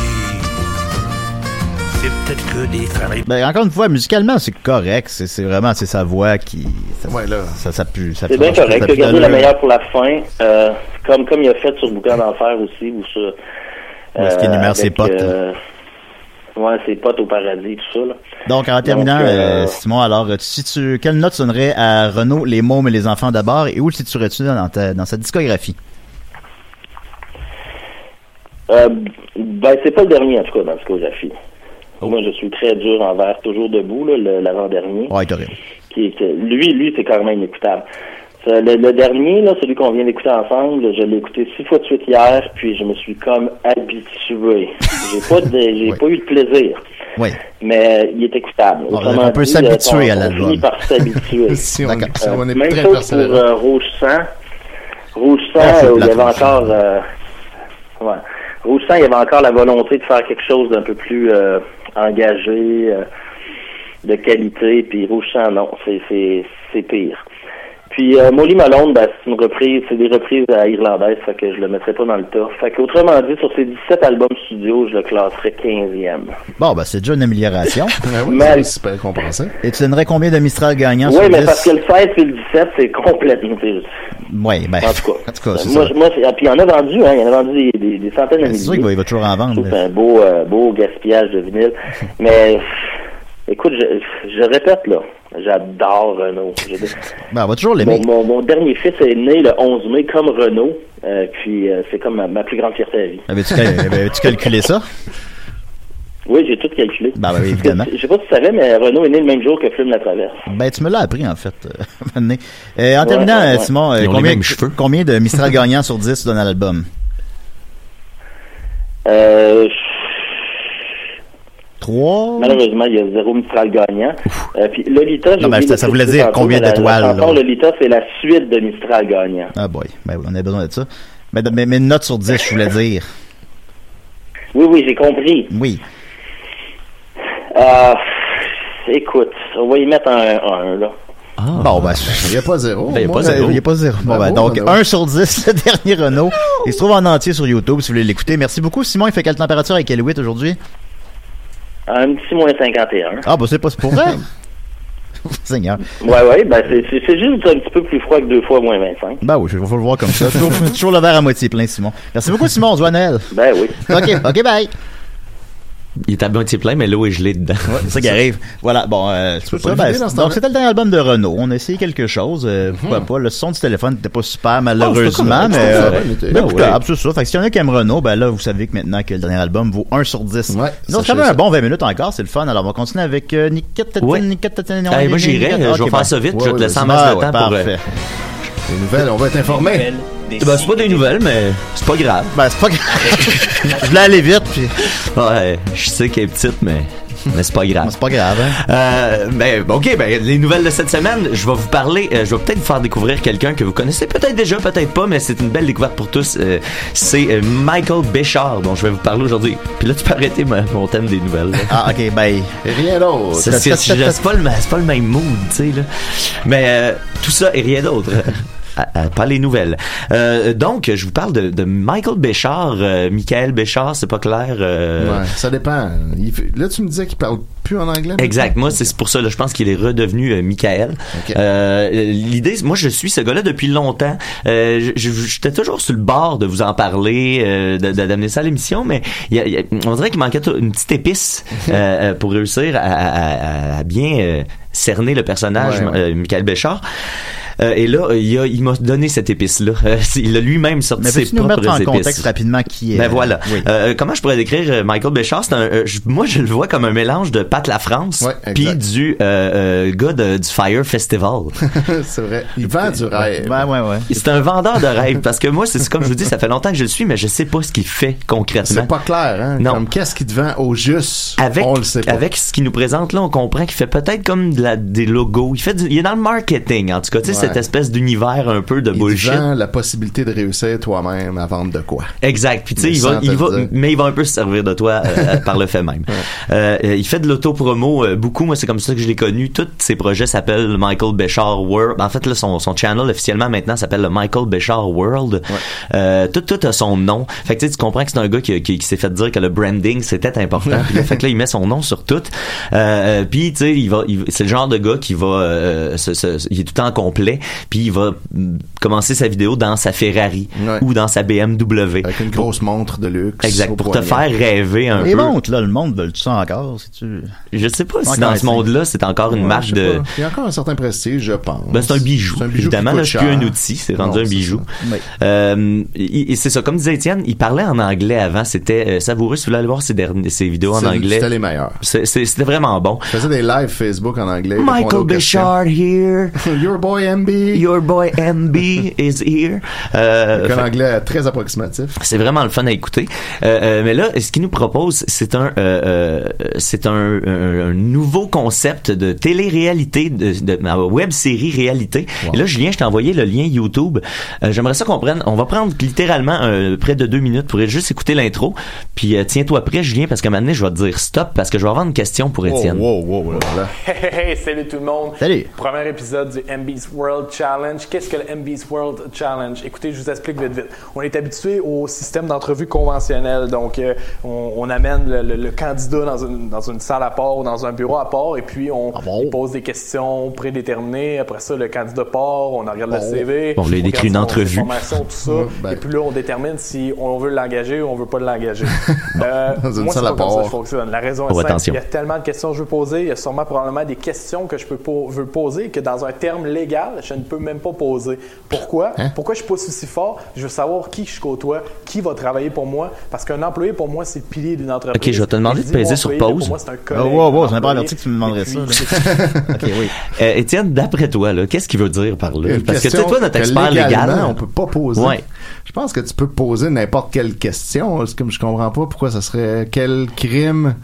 S13: C'est peut-être que des farines.
S9: Ben, encore une fois, musicalement, c'est correct. C'est c'est vraiment, c'est sa voix qui... Ça, ça, ça pue. ça
S4: C'est
S9: pue-
S4: bien
S9: ça
S4: correct.
S9: pue
S4: Regardez la
S9: d'allure.
S4: meilleure pour la fin. euh, comme, comme il a fait sur Boucan d'enfer aussi, ou sur.
S9: Où est-ce qu'il énumère
S4: avec,
S9: ses potes,
S4: euh, ouais, ses potes au paradis, tout ça, là.
S9: Donc, en terminant,
S4: Donc, euh,
S9: euh, Simon, alors, tu situes- quelle note sonnerait à Renaud, les mômes et les enfants d'abord, et où le situerais-tu dans, ta- dans sa discographie?
S4: Euh, ben, c'est pas le dernier, en tout cas, dans Discographie. Moi, je suis très dur envers Toujours Debout, là, le- l'avant-dernier.
S9: Ouais, t'as raison.
S4: qui, qui- lui, lui, c'est carrément inécoutable. Ça, Le, le dernier, là, celui qu'on vient d'écouter ensemble, je l'ai écouté six fois de suite hier, puis je me suis comme habitué. J'ai pas, de- j'ai pas eu de plaisir.
S9: Oui.
S4: Mais il est écoutable.
S9: On-
S4: Autrement
S9: on peut
S4: dit,
S9: s'habituer
S4: euh,
S9: à
S4: on-
S9: l'album.
S4: On finit par s'habituer.
S16: si on, si on est
S4: même
S16: très
S4: chose pour
S16: personnel.
S4: euh, Rouge Sang. Rouge Sang,
S16: Ah, c'est
S4: euh, il y
S16: plate,
S4: avait
S16: Rouge Sang.
S4: encore... euh, ouais. Rouge Sang, il y avait encore la volonté de faire quelque chose d'un peu plus euh, engagé, euh, de qualité, puis Rouge Sang, non, c'est- c'est c'est pire. Puis euh, Molly Malone, ben, c'est une reprise, c'est des reprises à irlandaise, fait que je le mettrai pas dans le top. Fait qu'autrement dit, sur ces 17 albums studio, je le classerais 15e.
S9: Bon, ben, c'est déjà une amélioration.
S4: Mais-
S16: super compensé.
S9: Et tu donnerais combien de Mistral gagnants
S4: Oui,
S9: sur
S4: mais
S9: 10?
S4: parce que le 16 et le 17, c'est complètement inutile.
S9: Oui, ben, en tout cas, c'est
S4: Moi,
S9: ça. Ben,
S4: je- moi, c'est- ah, puis il y en a vendu, hein, il y en a vendu des, des- des centaines de
S9: C'est sûr
S4: milliers.
S9: qu'il va, il va toujours en
S4: Je
S9: vendre.
S4: trouve que
S9: mais-
S4: C'est un beau, euh, beau gaspillage de vinyle. mais pff, écoute, je, je répète là, J'adore Renault. J'ai des-
S10: Ben, on va toujours
S4: Mon,
S10: l'aimer.
S4: mon- mon dernier fils est né le 11 mai comme Renault. euh, puis euh, c'est comme ma, ma plus grande fierté à vie.
S10: Avais-tu cal- avais-tu calculé ça?
S4: Oui, j'ai tout calculé.
S10: Ben, ben, oui, évidemment.
S4: Je sais pas si tu savais, mais Renault est né le même jour que Flume la Traverse.
S10: Ben, tu me l'as appris, en fait, euh, un moment donné. Euh, en
S4: Ouais,
S10: terminant,
S4: ouais,
S10: euh,
S4: ouais.
S10: Simon, euh,
S4: Ils ont les
S10: combien,
S4: mêmes
S10: combien de Mistral gagnants sur 10 tu donnes à l'album?
S4: Euh,
S10: Trois.
S4: Malheureusement, il y a zéro Mistral gagnant. Euh, puis Lolita, j'ai
S10: Non, ben,
S4: oublié
S10: ça-
S4: de
S10: ça voulait
S4: préciser
S10: dire
S4: tantôt,
S10: combien
S4: mais la-
S10: d'étoiles,
S4: La, chanson
S10: là.
S4: Lolita, c'est la suite de Mistral gagnant.
S10: Ah boy, ben oui, on a besoin de ça. Mais, mais, mais une note sur 10, je voulais dire.
S4: Oui, oui, j'ai compris.
S10: Oui.
S4: Euh, écoute, on va y mettre un 1, là.
S10: Bon, ben,
S13: Il n'y a pas zéro.
S10: Ben, il n'y a
S13: Moi,
S10: pas zéro.
S13: euh,
S10: Il y a pas zéro. Bon, ben,
S13: Bravo,
S10: donc,
S13: Renaud.
S10: 1 sur 10, le dernier Renault. Il se trouve en entier sur YouTube si vous voulez l'écouter. Merci beaucoup. Simon, il fait quelle température avec L8 aujourd'hui?
S4: Un petit moins 51.
S10: Ah, ben, c'est pas c'est pour vrai. Seigneur.
S4: Ouais, ouais, ben c'est- c'est c'est juste un petit peu plus froid que deux fois moins 25.
S10: Ben oui, il faut le voir comme ça. Toujours, toujours le verre à moitié plein, Simon. Merci beaucoup, Simon. On se voit à Noël.
S4: Ben oui.
S10: OK, OK, bye.
S9: Il est à moitié plein, mais l'eau est gelée dedans.
S10: c'est ça qui arrive. Voilà, bon, euh, c'est
S9: pas
S10: ça,
S9: le
S10: ben,
S9: vider dans
S10: donc
S9: ce temps-là. Hmm.
S10: c'était le dernier album de Renault. On a essayé quelque chose. euh, pourquoi pas? Le son du téléphone n'était pas
S9: Oh,
S10: super, malheureusement,
S13: correct,
S10: mais,
S13: c'était
S10: euh,
S13: correct, c'était-
S9: Ben
S10: mais
S13: Ah
S10: écoutable, c'est ça. Fait que s'il y en a qui aiment Renault, ben là, vous savez que maintenant que le dernier album vaut 1 sur 10. Non, c'est quand
S9: sachez
S10: même un
S9: ça.
S10: bon 20 minutes encore, c'est le fun. Alors, on va continuer avec euh, Nikita Tatin,
S9: Ouais.
S10: Nikita Tatin,
S9: Ah,
S10: on-
S9: moi,
S10: Nikita-
S9: j'irai, euh, je vais
S10: ok,
S9: faire
S10: bon.
S9: ça vite, je
S10: Ouais,
S9: vais te
S10: ouais,
S9: laisser
S10: ouais,
S9: en masse de
S10: ouais,
S9: temps pour, euh,
S10: parfait.
S13: Des nouvelles, on va être informés.
S9: Ben, c'est pas des nouvelles, mais c'est pas grave.
S10: Ben, c'est pas grave. je voulais aller vite, puis.
S9: Ouais, je sais qu'elle est petite, mais. Mais c'est pas grave. C'est
S10: pas grave, hein.
S9: Euh, ben, OK, ben, les nouvelles de cette semaine, je vais vous parler, euh, je vais peut-être vous faire découvrir quelqu'un que vous connaissez peut-être déjà, peut-être pas, mais c'est une belle découverte pour tous. Euh, c'est euh, Michael Béchard dont je vais vous parler aujourd'hui. Puis là, tu peux arrêter ma- mon thème des nouvelles.
S10: Ah, OK, ben.
S13: Rien d'autre.
S9: C'est c'est- c'est- c'est pas, le ma- c'est pas le même mood, tu sais, là. Mais euh, tout ça et rien d'autre. euh, À- à- Pas les nouvelles. Euh, donc, je vous parle de, de Michael Béchard, euh, Michael Béchard, c'est pas clair. euh,
S13: Ouais, ça dépend. Il fait- Là, tu me disais qu'il parle plus en anglais.
S9: Exact. Moi, c'est pour ça. Là, je pense qu'il est redevenu euh, Michael. Euh, L'idée, c'est- moi, je suis ce gars-là depuis longtemps. Euh, je- je- J'étais toujours sur le bord de vous en parler, euh, de- de- d'amener ça à l'émission, mais il y a- il y a- on dirait qu'il manquait t- une petite épice euh, euh, pour réussir à, à- à- à bien euh, cerner le personnage,
S13: Ouais, ouais.
S9: euh, Michael Béchard. Euh, et là, euh, il a- il m'a donné cette épice-là. Euh, il a lui-même sorti
S10: Mais
S9: ses
S10: peux-tu nous
S9: propres
S10: mettre en
S9: épices.
S10: contexte rapidement qui est.
S9: Ben voilà.
S10: Oui.
S9: Euh, comment je pourrais décrire euh, Michael Béchard? C'est un, euh, je- moi, je le vois comme un mélange de Pat La France puis du euh, euh, gars de- du Fire Festival.
S13: c'est vrai. Il vend du rêve.
S10: Ben, ouais, ouais.
S9: C'est un vendeur de rêve parce que moi, c'est comme je vous dis, ça fait longtemps que je le suis, mais je sais pas ce qu'il fait concrètement.
S13: C'est pas clair, hein?
S9: Non.
S13: Comme qu'est-ce qu'il te vend au juste?
S9: Avec,
S13: on le sait pas.
S9: avec ce qu'il nous présente là, on comprend qu'il fait peut-être comme de la- des logos. Il fait, du- il est dans le marketing en tout cas. Tu sais,
S13: Ouais.
S9: cette espèce d'univers un peu de
S13: Il te
S9: bullshit.
S13: vend la possibilité de réussir toi-même à vendre de quoi?
S9: Exact. Puis tu sais,
S13: Mais
S9: il va,
S13: sans te
S9: il va,
S13: le dire.
S9: mais il va un peu se servir de toi euh, par le fait même. Euh, euh, il fait de l'auto-promo euh, beaucoup. Moi, c'est comme ça que je l'ai connu. Tous ses projets s'appellent Michael Béchard World. En fait, là, son, son channel officiellement maintenant s'appelle le Michael Béchard World. Euh, tout, tout a son nom. Fait que tu sais, tu comprends que c'est un gars qui, qui- qui s'est fait dire que le branding c'était important. Puis là, fait que là, il met son nom sur tout. Euh, euh, puis tu sais, il va, il- c'est le genre de gars qui va, euh, se- se- il est tout le temps complet. Puis il va mm, commencer sa vidéo dans sa Ferrari ou dans sa BMW.
S13: Avec une grosse montre de luxe.
S9: Exact,
S13: au
S9: pour te
S13: poignet.
S9: faire rêver un
S10: Les
S9: peu.
S10: montres, là, le monde veut-tu ça encore? Si tu...
S9: Je sais pas
S10: Ouais,
S9: si dans
S10: quand
S9: ce
S10: même,
S9: monde-là, c'est encore une
S13: Ouais,
S9: marque
S13: je sais
S9: de...
S13: pas. Il y a encore un certain prestige, je pense.
S9: Ben, c'est un bijou.
S13: C'est un bijou
S9: Évidemment,
S13: qui
S9: là,
S13: coûte
S9: je suis
S13: cher.
S9: un outil, c'est rendu
S13: Non,
S9: un
S13: c'est
S9: bijou.
S13: ça. Oui.
S9: Euh, il- il- c'est ça, comme disait Étienne, il parlait en anglais avant, c'était euh, savoureux. Si vous voulez aller voir ses, derniers, ses vidéos en
S13: C'est-
S9: anglais,
S13: C'était les meilleurs.
S9: c'est- c'est- c'était vraiment bon.
S13: Je faisais des lives Facebook en anglais. répondre
S9: Michael
S13: aux questions.
S9: Bouchard here.
S13: Your boy MB.
S9: Your boy MB is here. Euh,
S13: Avec
S9: fait-
S13: un anglais très approximatif.
S9: C'est vraiment le fun à écouter. Euh, euh, mais là, ce qu'il nous propose, c'est un, euh, euh, c'est un, un- un nouveau concept de télé-réalité, de, de, ma web-série réalité. Et là, Julien, je t'ai envoyé le lien YouTube. Euh, J'aimerais ça qu'on prenne, on va prendre littéralement euh, près de deux minutes pour juste écouter l'intro. Puis euh, tiens-toi prêt, Julien, parce que maintenant, je vais te dire stop, parce que je vais avoir une question pour Étienne.
S13: Wow, wow, wow, là, là.
S17: Hey, hey, hey, salut tout le monde.
S9: Salut.
S17: Premier épisode du MB's World.
S13: World Challenge. Qu'est-ce que le MB's World Challenge? Écoutez, je vous explique vite, vite. On est habitué au système d'entrevue conventionnel. Donc, euh, on, on amène le, le- le candidat dans une, dans une salle à part ou dans un bureau à part et puis on
S9: Ah
S13: il pose des questions prédéterminées. Après ça, le candidat part, on regarde le
S9: Bon.
S13: CV.
S9: Bon, là, il
S13: on
S9: décrit
S13: regarde
S9: une
S13: son-
S9: entrevue.
S13: ses formations, tout ça. Et puis là, on détermine si on veut l'engager ou on veut pas l'engager. Euh,
S4: Dans une
S13: moi, c'est
S4: salle
S13: pas
S4: à
S13: comme ça
S4: part.
S13: que je fonctionne. La raison
S9: Oh,
S13: est simple.
S9: attention.
S13: Il y a tellement de questions que je veux poser. Il y a sûrement probablement des questions que je peux po- veux poser que dans un terme légal, je ne peux même pas poser. Pourquoi?
S9: Hein?
S13: Pourquoi je pousse aussi fort? Je veux savoir qui je côtoie, qui va travailler pour moi. Parce qu'un employé, pour moi, c'est le pilier d'une entreprise.
S9: Ok, je vais te demander de
S13: Et je dis,
S9: peser
S13: mon
S9: sur
S13: employé, là,
S9: pause.
S13: Pour moi, c'est un
S18: Oh,
S13: collègue.
S18: wow, wow, j'en ai pas
S13: employé.
S18: averti que tu me demanderais ça. là. ok, oui.
S9: Euh, Étienne, d'après toi, là, qu'est-ce qu'il veut dire par là?
S4: Une
S9: Parce que tu sais,
S4: question
S9: toi, notre
S4: que
S9: expert légal.
S4: légalement, on peut pas poser.
S9: Ouais.
S4: Je pense que tu peux poser n'importe quelle question. C'est Comme je comprends pas pourquoi ça serait quel crime.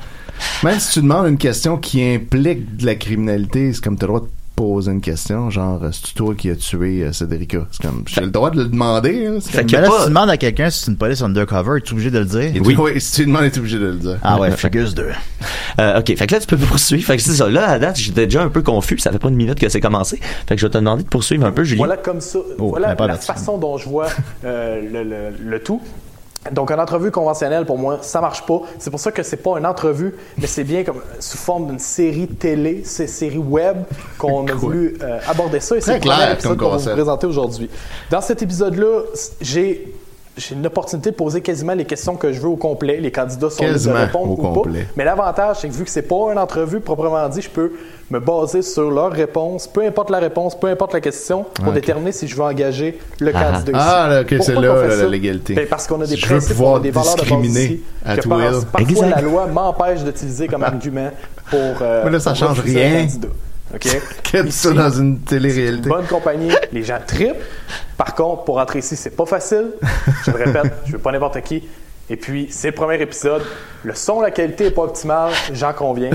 S4: Même si tu demandes une question qui implique de la criminalité, c'est comme tu as le droit de poser une question, genre c'est toi qui as tué euh, Cédrica. C'est comme j'ai le droit de le demander. hein. C'est
S18: Fait
S4: comme-
S18: que là, si tu demandes à quelqu'un si c'est une police undercover, es-tu obligé de le dire?
S4: Oui. Oui, si tu demandes, es obligé de le dire.
S18: Ah ouais,
S9: Fait-
S18: Fugus 2.
S9: Euh, OK, fait que là, tu peux poursuivre. Fait que c'est ça. Là, à date, j'étais déjà un peu confus. Ça fait pas une minute que c'est commencé. Fait que je vais te demander de poursuivre un peu, Julien.
S13: Voilà comme ça.
S9: Oh,
S13: voilà
S9: on a pas
S13: la
S9: averti.
S13: façon dont je vois euh, le, le- le tout. Donc, une entrevue conventionnelle, pour moi, ça marche pas. C'est pour ça que c'est pas une entrevue, mais c'est bien comme sous forme d'une série télé, c'est série web qu'on a voulu euh, aborder ça. Et
S4: Très
S13: c'est le premier
S4: clair comme
S13: épisode qu'on va vous
S4: concept.
S13: présenter aujourd'hui. Dans cet épisode-là, c- j'ai j'ai une opportunité de poser quasiment les questions que je veux au complet. Les candidats sont libres de
S4: Quasiment
S13: répondre
S4: au
S13: ou pas.
S4: complet.
S13: Mais l'avantage, c'est que vu que c'est pas une entrevue proprement dit, je peux me baser sur leur réponse, peu importe la réponse, peu importe la question, pour
S4: Ah, ok.
S13: déterminer si je veux engager le
S4: Ah.
S13: candidat.
S4: Ah, là, ok,
S13: Pourquoi
S4: c'est
S13: qu'on
S4: là,
S13: fait
S4: là,
S13: ça?
S4: la légalité.
S13: Ben, parce qu'on a des
S4: Je veux
S13: principes,
S4: pouvoir
S13: on a des valeurs de base
S4: discriminer
S13: ici,
S4: à
S13: que
S4: tout Ah,
S13: par-
S4: will.
S13: parfois
S4: Exact.
S13: la loi m'empêche d'utiliser comme argument pour. euh,
S4: Mais là, ça
S13: pour
S4: change
S13: refuser un
S4: rien.
S13: candidat. Ok.
S4: Qu'est-ce que ça dans une télé-réalité?
S13: Bonne compagnie, les gens tripent. Par contre, pour rentrer ici, c'est pas facile. Je le répète, je veux pas n'importe qui. Et puis, c'est le premier épisode. Le son, la qualité est pas optimale, j'en conviens.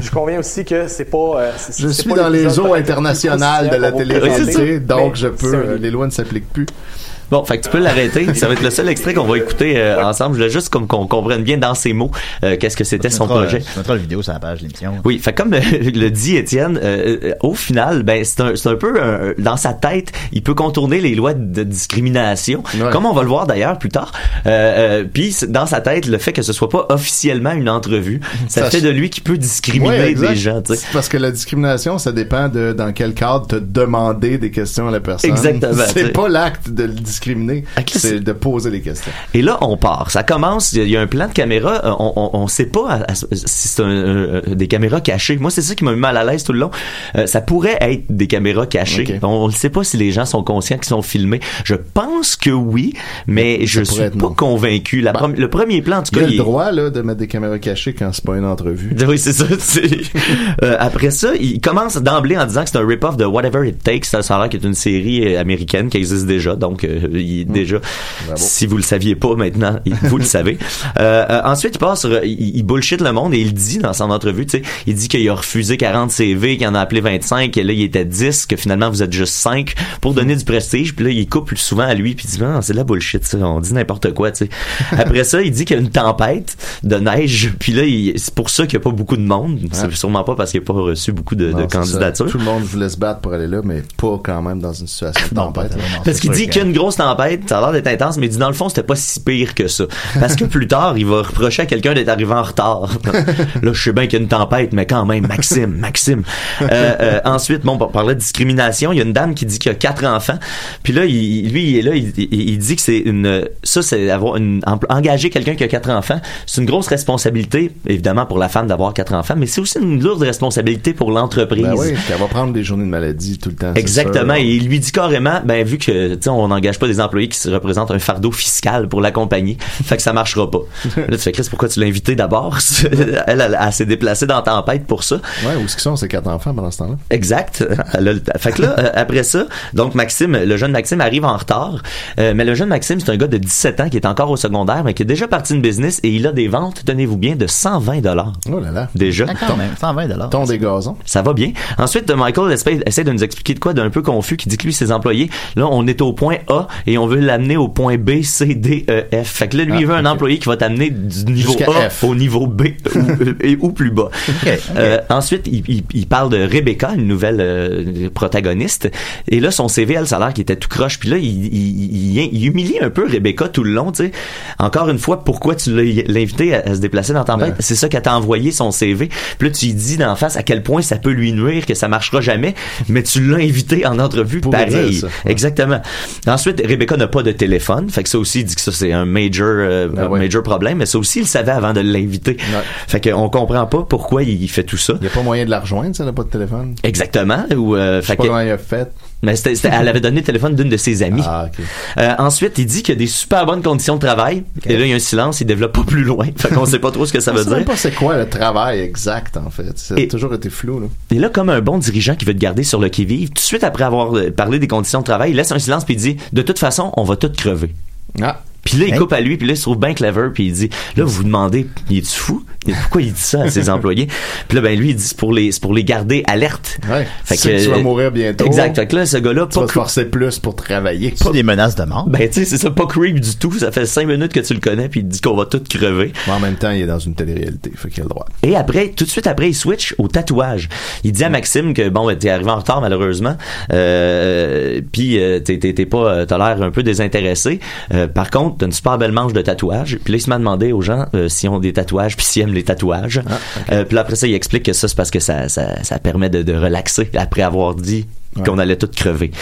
S13: Je conviens aussi que c'est pas. euh, c'est-
S4: Je
S13: c'est
S4: suis
S13: pas
S4: dans les
S13: l'épisode
S4: eaux
S13: peut-être le plus
S4: internationales de
S13: officiel
S4: la
S13: qu'on va
S4: télé-réalité,
S13: présenter,
S4: donc
S13: mais
S4: je peux.
S13: c'est un
S4: euh, les lois ne s'appliquent plus.
S9: Bon, fait que tu peux l'arrêter. Ça va être le seul extrait qu'on va écouter euh, ensemble. Je voulais juste comme qu'on comprenne bien dans ses mots euh, qu'est-ce que c'était son
S18: mettra,
S9: projet.
S18: euh, Tu mettras la vidéo sur la page de l'émission.
S9: Oui, fait comme euh, le dit Étienne, euh, euh, au final, ben c'est un, c'est un peu un- dans sa tête, il peut contourner les lois de discrimination, comme on va le voir d'ailleurs plus tard. Euh, euh, Puis c'est- dans sa tête, le fait que ce soit pas officiellement une entrevue, ça,
S4: Ça
S9: fait
S4: ch-
S9: de lui qui peut discriminer
S4: Ouais, exact.
S9: des gens. tu sais.
S4: C'est Parce que la discrimination, ça dépend de dans quel cadre te demander des questions à la personne.
S9: Exactement, tu sais.
S4: C'est pas l'acte de le discriminer, c'est de poser les questions.
S9: Et là, on part. Ça commence. Il y a un plan de caméra. Euh, On, on, on sait pas à- à- si c'est un- euh, des caméras cachées. Moi, c'est ça qui m'a mis mal à l'aise tout le long. Euh, ça pourrait être des caméras cachées. On ne sait pas si les gens sont conscients qu'ils sont filmés. Je pense que oui, mais je suis pas convaincu. La prom- le premier plan, en tout
S4: Il y
S9: cas,
S4: a le
S9: il est-
S4: droit là, de mettre des caméras cachées quand c'est pas une entrevue.
S9: oui, c'est ça. c'est- Euh, après ça, il commence d'emblée en disant que c'est un rip-off de Whatever It Takes. Ça ça a l'air qu'il est une série euh, américaine qui existe déjà. Donc, euh, il est
S4: Hmm.
S9: déjà, si vous le saviez pas maintenant, il- vous le savez. Euh, euh, ensuite, il passe, sur- il, il bullshit le monde et il dit dans son entrevue, tu sais, il dit qu'il a refusé 40 CV, qu'il en a appelé 25, que là, il était 10, que finalement, vous êtes juste 5 pour donner du prestige. Puis là, il coupe souvent à lui, puis il dit, non, c'est de la bullshit, ça. On dit n'importe quoi, tu sais. Après ça, il dit qu'il y a une tempête de neige, puis là, il- c'est pour ça qu'il n'y a pas beaucoup de monde. C'est sûrement pas parce qu'il n'a pas reçu beaucoup de, de
S4: Non, c'est ça.
S9: candidatures.
S4: Tout le monde voulait se battre pour aller là, mais pas quand même dans une situation de tempête. hein.
S9: Parce qu'il dit qu'il y a une grosse tempête, ça a l'air d'être intense, mais il dit dans le fond, c'était pas si pire que ça. Parce que plus tard, il va reprocher à quelqu'un d'être arrivé en retard. Là, je sais bien qu'il y a une tempête, mais quand même, Maxime, Maxime. Euh, euh, ensuite, bon, on parlait de discrimination. Il y a une dame qui dit qu'il y a quatre enfants. Puis là, il- lui, il est là, il, il- il dit que c'est une. Ça, c'est avoir une. empl- Engager quelqu'un qui a quatre enfants, c'est une grosse responsabilité, évidemment, pour la femme d'avoir quatre enfants, mais c'est aussi une lourde responsabilité pour l'entreprise.
S4: Ben oui, qu'elle va prendre des journées de maladie tout le temps. c'est
S9: Exactement.
S4: sûr.
S9: Et il lui dit carrément, ben vu que tu sais, on n'engage pas des employés qui se représentent un fardeau fiscal pour la compagnie, fait que ça marchera pas. là, tu fais Chris, pourquoi tu l'as invité d'abord elle, elle, elle s'est déplacée dans tempête pour ça.
S4: Ouais, où est-ce qu'ils sont ces quatre enfants pendant ce temps-là
S9: Exact. Elle a le- Fait que là, euh, après ça, donc Maxime, le jeune Maxime arrive en retard. Euh, mais le jeune Maxime, c'est un gars de 17 ans qui est encore au secondaire, mais qui est déjà parti de business et il a des ventes, tenez-vous bien, de 120 dollars.
S4: Oh là là.
S9: Déjà.
S18: Ah, quand même, 120
S4: Ton des gazons.
S9: Ça va bien. Ensuite, Michael essaie, essaie de nous expliquer de quoi d'un peu confus, qui dit que lui, ses employés, là, on est au point A, et on veut l'amener au point B, C, D, E, F. Fait que là, lui, il veut un employé qui va t'amener du niveau
S19: Ah, Jusqu'à
S9: A
S19: F.
S9: au niveau B ou, et- ou plus bas. Euh, ensuite, il, il- il parle de Rebecca, une nouvelle euh, protagoniste. Et là, son CV, elle, ça a l'air qu'il était tout croche. Puis là, il, il- il- il humilie un peu Rebecca tout le long. tu sais. Encore une fois, pourquoi tu l'as l'as invité à, à se déplacer dans la tempête? C'est ça qu'elle t'a envoyé son CV. Puis là, tu lui dis d'en face à quel point ça peut lui nuire, que ça marchera jamais. Mais tu l'as invité en entrevue pareil.
S19: dire ça.
S9: Exactement. Ensuite, Rebecca n'a pas de téléphone. Fait que ça aussi, il dit que ça, c'est un major, euh,
S13: Ah
S9: major problème. Mais ça aussi, il le savait avant de l'inviter. Fait qu'on comprend pas pourquoi il fait tout ça.
S13: Il n'y a pas moyen de la rejoindre, ça, n'a pas de téléphone.
S9: Exactement. Ou, euh,
S13: Je sais
S9: fait
S13: pas
S9: que-
S13: comment il a fait. Ah,
S9: mais c'était- c'était- elle avait donné le téléphone d'une de ses amies. Euh, ensuite, il dit qu'il y a des super bonnes conditions de travail. Et là, il y a un silence, il développe pas plus loin. Fait qu'on sait pas trop ce que ça
S13: On
S9: veut
S13: sait même
S9: dire.
S13: pas c'est quoi le travail exact, en fait. Ça a
S9: Et-
S13: toujours été flou, là.
S9: Et là, comme un bon dirigeant qui veut te garder sur le qui-vive, tout de suite après avoir euh, parlé des conditions de travail, il laisse un silence puis il dit De toute façon, on va tous crever.
S13: Ah.
S9: Puis là, il coupe à lui, puis là, il se trouve bien clever, puis il dit Là, vous vous demandez, il est fou Pourquoi il dit ça à ses employés Puis là, ben lui, il dit C'est pour les, c'est pour les garder alertes.
S13: Ouais. Tu sais que tu vas mourir bientôt.
S9: Exact. Fait que là, ce gars-là,
S13: Tu vas te forcer plus pour travailler.
S9: pas
S10: des menaces de mort.
S9: Ben, tu sais, c'est ça, pas creep du tout. Ça fait cinq minutes que tu le connais, puis il dit qu'on va tous crever.
S13: Mais en même temps, il est dans une télé-réalité. Fait qu'il a le droit.
S9: Et après, tout de suite après, il switch au tatouage. Il dit à Maxime que bon, ben, t'es arrivé en retard malheureusement, euh, puis euh, t'es, t'es, t'es pas, euh, t'as l'air un peu désintéressé. Euh, par contre, t'as une super belle manche de tatouage. Puis là, il se met à demander aux gens euh, s'ils ont des tatouages, puis s'ils aiment les tatouages.
S13: Ah,
S9: Euh, puis là, après ça, il explique que ça, c'est parce que ça, ça, ça permet de, de relaxer après avoir dit qu'on allait tous crever.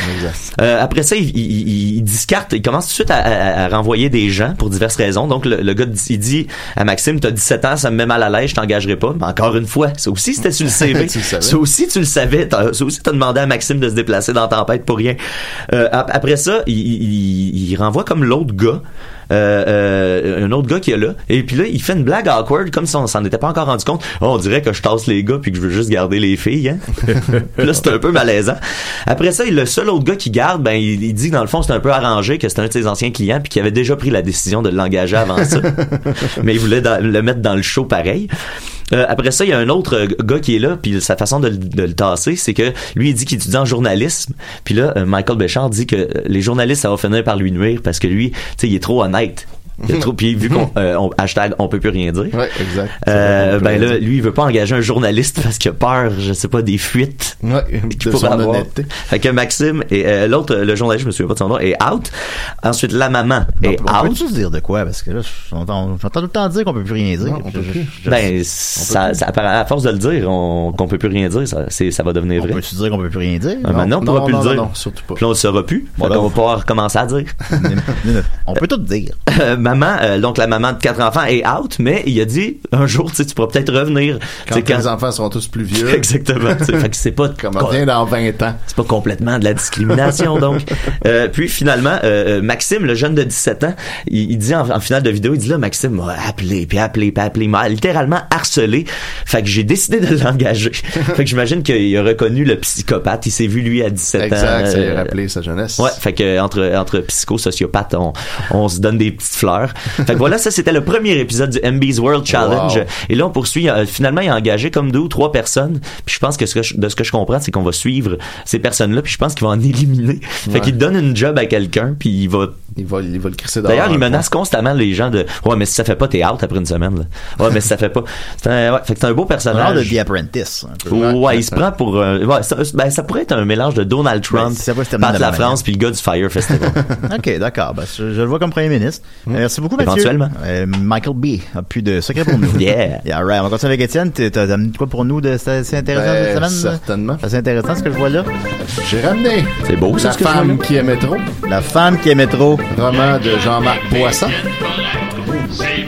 S9: Euh, après ça, il, il- il- il discarte, il commence tout de suite à, à- à renvoyer des gens pour diverses raisons. Donc, le, le gars, dit- il dit à Maxime, t'as 17 ans, ça me met mal à l'aise, je t'engagerai pas. Mais encore une fois, ça aussi, c'était sur le CV.
S13: Tu le savais.
S9: Ça aussi, tu le savais. T'as- Ça aussi, t'as demandé à Maxime de se déplacer dans Tempête pour rien. Euh, ap- après ça, il, il- il renvoie comme l'autre gars. euh, euh, un autre gars qui est là et puis là il fait une blague awkward comme si on s'en était pas encore rendu compte Oh, on dirait que je tasse les gars puis que je veux juste garder les filles hein? Puis là c'est un peu malaisant après ça le seul autre gars qui garde ben il, il dit que dans le fond c'est un peu arrangé que c'était un de ses anciens clients puis qu'il avait déjà pris la décision de l'engager avant ça mais il voulait dans- le mettre dans le show pareil. Euh, après ça, il y a un autre euh, gars qui est là, puis sa façon de, le- de le tasser, c'est que lui, il dit qu'il étudie en journalisme, puis là, euh, Michael Béchard dit que euh, les journalistes, ça va finir par lui nuire, parce que lui, tu sais, il est trop honnête. Il est trop, puis vu qu'on euh, on- hashtag on peut plus rien dire.
S13: Ouais, exact.
S9: Euh, ben là, lui, il veut pas engager un journaliste parce qu'il a peur, je sais pas, des fuites
S13: Ouais,
S9: qu'il
S13: de son
S9: pourrait avoir.
S13: honnêteté.
S9: Fait que Maxime et euh, l'autre, le journaliste, je me souviens pas de son nom, est out. Ensuite, la maman est
S10: On peut
S9: out.
S10: juste dire de quoi? Parce que là, j'entends j'entends tout le temps dire qu'on peut plus rien dire. Je- je- je-
S9: Ben, ça, ça- à force de le dire, on, qu'on peut plus rien dire, ça, c'est, ça va devenir vrai. On peut-tu
S10: dire qu'on peut plus rien dire? Non.
S9: maintenant, on pourra
S10: Non,
S9: plus
S10: non,
S9: le
S10: non,
S9: dire.
S10: non, surtout pas.
S9: Puis on le saura plus.
S10: Voilà.
S9: Fait qu'on va pouvoir commencer à dire.
S10: on peut tout dire.
S9: maman, euh, donc la maman de quatre enfants est out, mais il a dit, un jour, tu sais, tu pourras peut-être revenir.
S13: Quand,
S9: Tu sais,
S13: les enfants seront tous plus vieux.
S9: Exactement. tu sais, fait que c'est pas...
S13: Comme on vient dans 20 ans.
S9: C'est pas complètement de la discrimination, donc. Euh, puis finalement, euh, euh, Maxime, le jeune de 17 ans, il, il dit en, en finale de vidéo, il dit là, Maxime m'a appelé, puis appelé, puis appelé, m'a littéralement harcelé. Fait que j'ai décidé de l'engager. fait que j'imagine qu'il a reconnu le psychopathe. Il s'est vu, lui, à 17 ans. euh,
S13: Exact, ça lui a
S9: rappelé
S13: sa jeunesse.
S9: Ouais, fait que entre, entre psycho, sociopathe, on, on se donne des petites fleurs. Fait que voilà, ça, c'était le premier épisode du MB's World Challenge.
S19: Wow.
S9: Et là, on poursuit. euh, finalement, il a engagé comme deux ou trois personnes. Puis je pense que, ce que je- de ce que je comprends, c'est qu'on va suivre ces personnes-là. Puis je pense qu'il va en éliminer. Fait
S19: Ouais.
S9: qu'il donne une job à quelqu'un. Puis il va.
S13: Il va, il va le crisser hein.
S19: dehors,
S9: D'ailleurs,
S19: dans
S9: il
S19: le
S9: menace constamment les gens de. Ouais, mais si ça fait pas, t'es out après une semaine. là. Ouais, mais si ça fait pas. C'est un, ouais, fait que c'est un beau personnage.
S10: On a l'air de The Apprentice, un peu.
S9: Ouais,
S10: Ouais.
S9: il se prend pour. euh, ouais, ça, ben, ça pourrait être un mélange de Donald
S10: Ben,
S9: Trump, Pat
S10: de la
S9: la
S10: manière.
S9: France, puis le gars du Fire Festival. Hmm.
S10: OK, d'accord. Ben, je, je le vois comme premier ministre. Euh, Merci beaucoup, Mathieu.
S9: Éventuellement.
S10: Euh, Michael B. a plus de secret pour nous.
S9: yeah.
S10: yeah right. On continue avec Étienne. T'as t'as amené quoi pour nous de c'est c'est intéressant
S13: Ben,
S10: cette semaine?
S13: certainement.
S10: C'est intéressant ce que je vois là.
S13: J'ai ramené.
S10: C'est beau, ça,
S13: La
S10: ce que je vois,
S13: femme
S10: là.
S13: qui aimait trop.
S10: La femme qui aimait trop.
S13: Roman de Jean-Marc Poisson.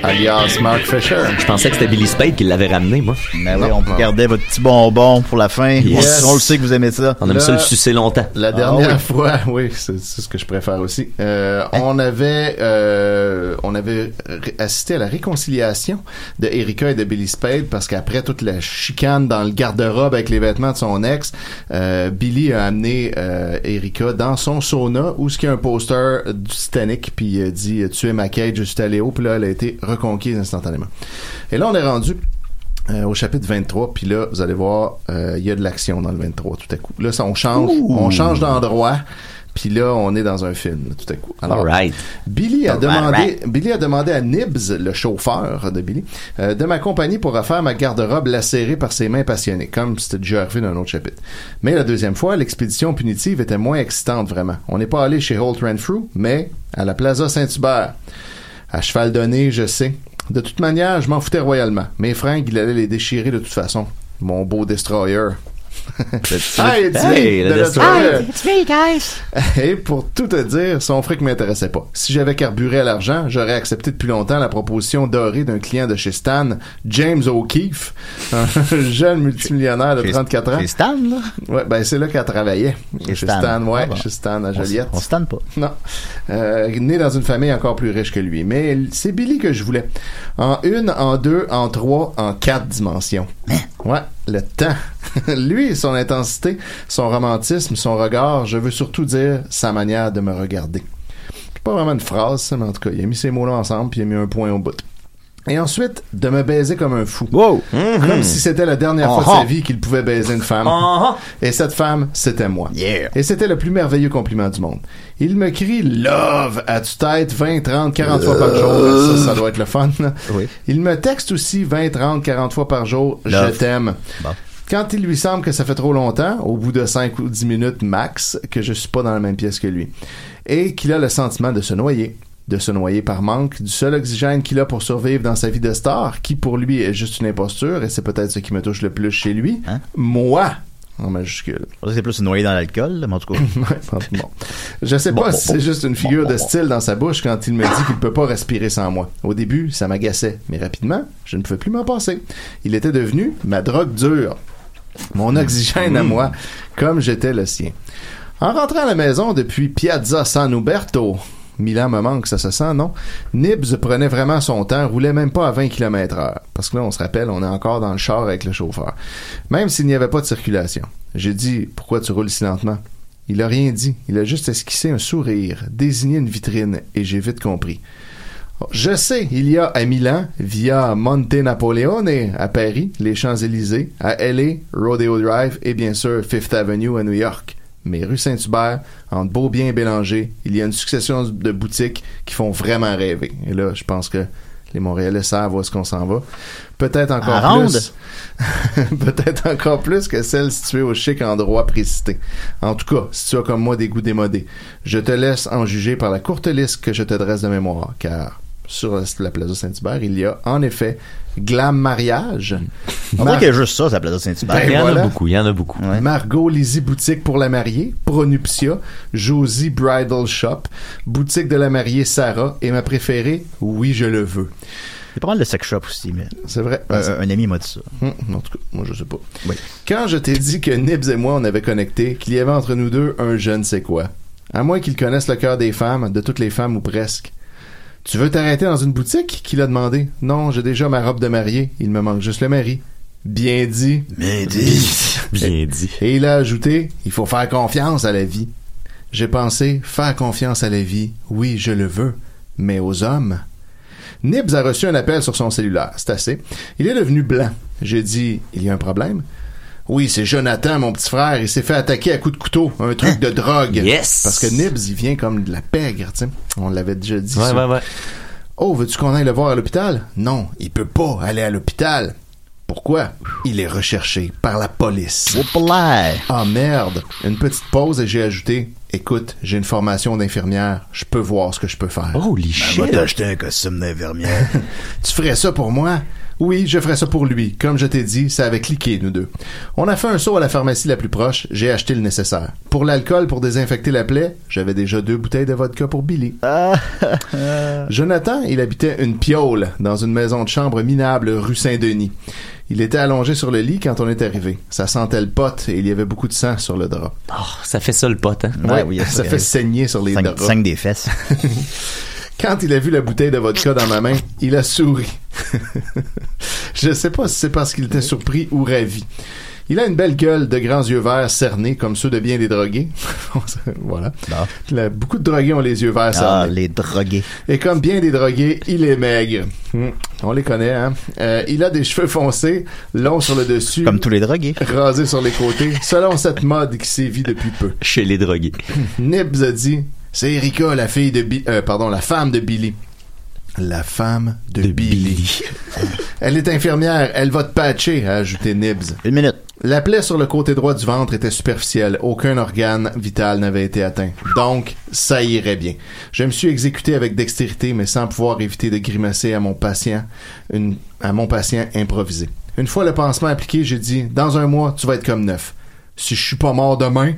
S13: Alias Mark Fisher.
S9: Je pensais que c'était Billy Spade qui l'avait ramené, moi.
S10: Mais Ben oui, on gardait votre petit bonbon pour la fin.
S9: Yes.
S10: On, on le sait que vous aimez ça.
S9: On aime ça le sucer longtemps. Ah
S13: La dernière fois, oui, c'est c'est ce que je préfère aussi. Euh, On avait, euh, on avait ré- assisté à la réconciliation de Erika et de Billy Spade parce qu'après toute la chicane dans le garde-robe avec les vêtements de son ex, euh, Billy a amené euh, Erika dans son sauna où ce qu'il y a un poster du Titanic puis il a dit euh, tu es ma Kate, je suis allé haut puis là elle a été reconquise instantanément. Et là on est rendu euh, au chapitre 23, puis là, vous allez voir, euh, il y a de l'action dans le 23 tout à coup. Là, ça, on change,
S19: Ouh.
S13: on change d'endroit.
S9: Puis là, on est dans un film, là, tout à coup. Alors,
S10: Alright.
S9: Billy a
S10: Alright.
S9: demandé, Billy a demandé à Nibs, le chauffeur de Billy, euh, de m'accompagner pour refaire ma garde-robe lacérée par ses mains passionnées, comme c'était déjà arrivé dans un autre chapitre. Mais la deuxième fois, l'expédition punitive était moins excitante vraiment. On n'est pas allé chez Holt Renfrew, mais à la Plaza Saint-Hubert. À cheval donné, je sais. De toute manière, je m'en foutais royalement. Mes fringues, il allait les déchirer de toute façon. Mon beau destroyer. Ah, il dit,
S10: Hey, le
S9: de
S10: Destroyer.
S9: Destroyer. Et pour tout te dire, son fric m'intéressait pas. Si j'avais carburé à l'argent, j'aurais accepté depuis longtemps la proposition dorée d'un client de chez Stan, James O'Keefe, un jeune multimillionnaire de 34 ans. Chez
S4: Stan, là?
S9: Ouais, ben c'est là qu'elle travaillait. Chez,
S4: Stan.
S9: Stan. ouais,
S4: Ah bon.
S9: chez Stan à
S4: On s-
S9: Joliette.
S4: on Stan pas.
S9: Non. Euh, né dans une famille encore plus riche que lui. Mais c'est Billy que je voulais. En une, en deux, en trois, en quatre dimensions. Ouais, le temps. lui, son intensité, son romantisme, son regard, je veux surtout dire sa manière de me regarder. C'est pas vraiment une phrase, ça, mais en tout cas, il a mis ces mots-là ensemble puis il a mis un point au bout. Et ensuite, de me baiser comme un fou. Comme si c'était la dernière fois de
S4: Mm-hmm. Uh-huh.
S9: sa vie qu'il pouvait baiser une femme.
S4: Uh-huh.
S9: Et cette femme, c'était moi. Et c'était le plus merveilleux compliment du monde. Il me crie Love à tue-tête 20, 30, 40 fois par jour. Ça, ça doit être le fun. là. Il me texte aussi 20, 30, 40 fois par jour
S4: Love.
S9: Je t'aime.
S4: Bon.
S9: Quand il lui semble que ça fait trop longtemps, au bout de 5 ou 10 minutes max, que je suis pas dans la même pièce que lui. Et qu'il a le sentiment de se noyer. De se noyer par manque du seul oxygène qu'il a pour survivre dans sa vie de star, qui pour lui est juste une imposture, et c'est peut-être ce qui me touche le plus chez lui.
S4: Hein?
S9: Moi! En majuscule.
S4: C'est plus noyé dans l'alcool, mais en tout cas.
S9: bon. Je sais pas si c'est juste une figure de style dans sa bouche quand il me dit qu'il peut pas respirer sans moi. Au début, ça m'agaçait, mais rapidement, je ne pouvais plus m'en passer. Il était devenu ma drogue dure. Mon oxygène à moi, comme j'étais le sien. En rentrant à la maison depuis Piazza San Uberto, Milan me manque, ça se sent, non? Nibs prenait vraiment son temps, roulait même pas à 20 km heure. Parce que là, on se rappelle, on est encore dans le char avec le chauffeur. Même s'il n'y avait pas de circulation. J'ai dit, pourquoi tu roules si lentement? Il a rien dit. Il a juste esquissé un sourire, désigné une vitrine, et j'ai vite compris. Je sais, il y a à Milan, via Monte Napoleone, à Paris, les Champs-Élysées, à LA, Rodeo Drive et bien sûr Fifth Avenue à New York. Mais rue Saint-Hubert, entre Beaubien et Bélanger, il y a une succession de boutiques qui font vraiment rêver. Et là, je pense que les Montréalais savent où est-ce qu'on s'en va. Peut-être encore
S4: À Ronde.
S9: plus. Peut-être encore plus que celle située au chic endroit précité. En tout cas, si tu as comme moi des goûts démodés, je te laisse en juger par la courte liste que je te dresse de mémoire, car sur la- la Plaza Saint-Hubert, il y a en effet Glam Mariage.
S4: On dirait qu'il y a juste ça, sa Plaza Saint-Hubert.
S9: Ben
S10: il y en
S9: voilà.
S10: a beaucoup, il y en a beaucoup.
S9: Margot Lizzie Boutique pour la mariée, Pronuptia, Josie Bridal Shop, Boutique de la mariée Sarah et ma préférée, Oui, je le veux.
S4: Il y a pas mal de sex shop aussi, mais.
S9: Ah, C'est vrai. Euh,
S4: un, un ami m'a dit ça.
S9: Hmm, en tout cas, moi, je sais pas. Quand je t'ai dit que Nibs et moi, on avait connecté, qu'il y avait entre nous deux un je ne sais quoi. À moins qu'il connaisse le cœur des femmes, de toutes les femmes ou presque. Tu veux t'arrêter dans une boutique? Qu'il a demandé. Non, j'ai déjà ma robe de mariée. Il me manque juste le mari. Bien dit. Bien dit.
S10: Bien dit.
S9: Et il a ajouté, il faut faire confiance à la vie. J'ai pensé, faire confiance à la vie, oui, je le veux, mais aux hommes. Nibs a reçu un appel sur son cellulaire, c'est assez. Il est devenu blanc. J'ai dit, il y a un problème? Oui, c'est Jonathan, mon petit frère, il s'est fait attaquer à coups de couteau, un truc de drogue.
S10: Hein? Yes!
S9: Parce que Nibs, il vient comme de la pègre, tu sais. On l'avait déjà dit.
S10: Ouais,
S9: ça.
S10: ouais, ouais.
S9: Oh, veux-tu qu'on aille le voir à l'hôpital? Non, il peut pas aller à l'hôpital. Pourquoi? Il est recherché par la police. Ah merde! Une petite pause et j'ai ajouté Écoute, j'ai une formation d'infirmière, je peux voir ce que je peux faire. Ben, Holy
S20: Je vais t'acheter un costume d'infirmière.
S9: tu ferais ça pour moi? Oui, je ferais ça pour lui. Comme je t'ai dit, ça avait cliqué, nous deux. On a fait un saut à la pharmacie la plus proche, j'ai acheté le nécessaire. Pour l'alcool, pour désinfecter la plaie, j'avais déjà deux bouteilles de vodka pour Billy. Jonathan, il habitait une piole dans une maison de chambre minable rue Saint-Denis. Il était allongé sur le lit quand on est arrivé. Ça sentait le pote et il y avait beaucoup de sang sur le drap.
S10: Oh, Ça fait ça le pote, hein?
S9: Ouais, ça fait saigner sur les
S10: Cinq-
S9: draps.
S10: cinq
S4: des fesses.
S9: Quand il a vu la bouteille de vodka dans ma main, il a souri. Je sais pas si c'est parce qu'il était surpris ou ravi. Il a une belle gueule, de grands yeux verts cernés comme ceux de bien des drogués. voilà. Là,
S13: Ah,
S9: beaucoup de drogués ont les yeux verts cernés.
S4: Ah, les drogués.
S9: Et comme bien des drogués, il est maigre. Hmm.
S13: On les connaît, hein. Euh, il a des cheveux foncés, longs sur le dessus. Comme
S10: tous les drogués.
S13: Rasés sur les côtés, selon cette mode qui sévit depuis peu.
S9: Chez les drogués.
S13: Nibs a dit, c'est Erika, la fille de Bi- euh, pardon, la femme de Billy. La femme de, Billy. Elle est infirmière, elle va te patcher, a ajouté Nibs.
S10: Une minute.
S13: La plaie sur le côté droit du ventre était superficielle, aucun organe vital n'avait été atteint. Donc, ça irait bien. Je me suis exécuté avec dextérité, mais sans pouvoir éviter de grimacer à mon patient, une- à mon patient improvisé. Une fois le pansement appliqué, j'ai dit, dans un mois, tu vas être comme neuf. Si je suis pas mort demain,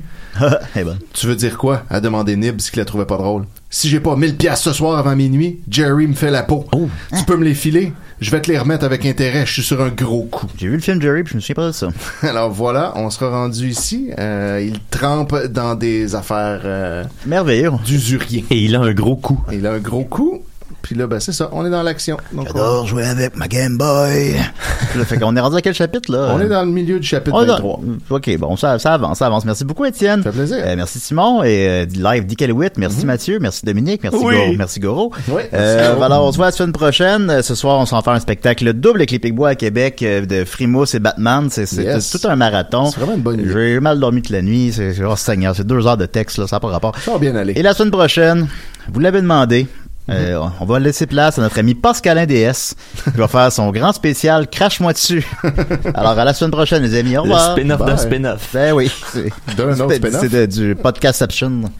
S13: tu veux dire quoi? a demandé Nibs qui la trouvait pas drôle. Si j'ai pas 1000 piastres ce soir avant minuit, Jerry me fait la peau.
S10: Oh.
S13: Tu peux me les filer? Je vais te les remettre avec intérêt, je suis sur un gros coup.
S10: J'ai vu le film Jerry, puis je me souviens pas de ça.
S13: Alors voilà, on sera rendu ici. Euh, il trempe dans des affaires
S10: merveilleux
S13: d'usurier.
S9: Et il a un gros coup.
S13: Il a un gros coup. Puis là, ben c'est ça, on est dans l'action. Donc,
S10: J'adore jouer avec ma Game Boy. Là, fait qu'on est rendu à quel chapitre, là?
S13: On est dans le milieu du chapitre
S10: On est dans-
S13: 23.
S10: OK, bon, ça, ça avance, ça avance. Merci beaucoup, Étienne. Euh, Ça fait
S13: plaisir.
S10: merci, Simon. Et euh, live, Dick Elwitt. Merci, Mathieu. Merci, Dominique. Merci,
S13: Oui.
S10: Goro. Merci, Goro.
S13: Oui,
S10: Euh,
S13: merci, Goro.
S10: alors, on se voit la semaine prochaine. Euh, Ce soir, on s'en fait un spectacle double avec les Picbois à Québec euh, de Frimousse et Batman. C'est c'est
S13: Yes.
S10: tout un marathon. C'est
S13: vraiment une bonne
S10: J'ai mal dormi toute la nuit. C'est oh, Seigneur, c'est deux heures de texte, là, ça n'a pas rapport.
S13: Ça va bien aller.
S10: Et la semaine prochaine, vous l'avez demandé. euh, on va laisser place à notre ami Pascalin DS qui va faire son grand spécial Crache-moi dessus. Alors à la semaine prochaine les amis, au
S9: Le
S10: revoir.
S9: spin-off d'un
S10: Bye.
S9: spin-off.
S10: Ben oui. c'est-
S13: D'un autre
S10: c'est-
S13: spin-off.
S10: C'est de- du podcastception.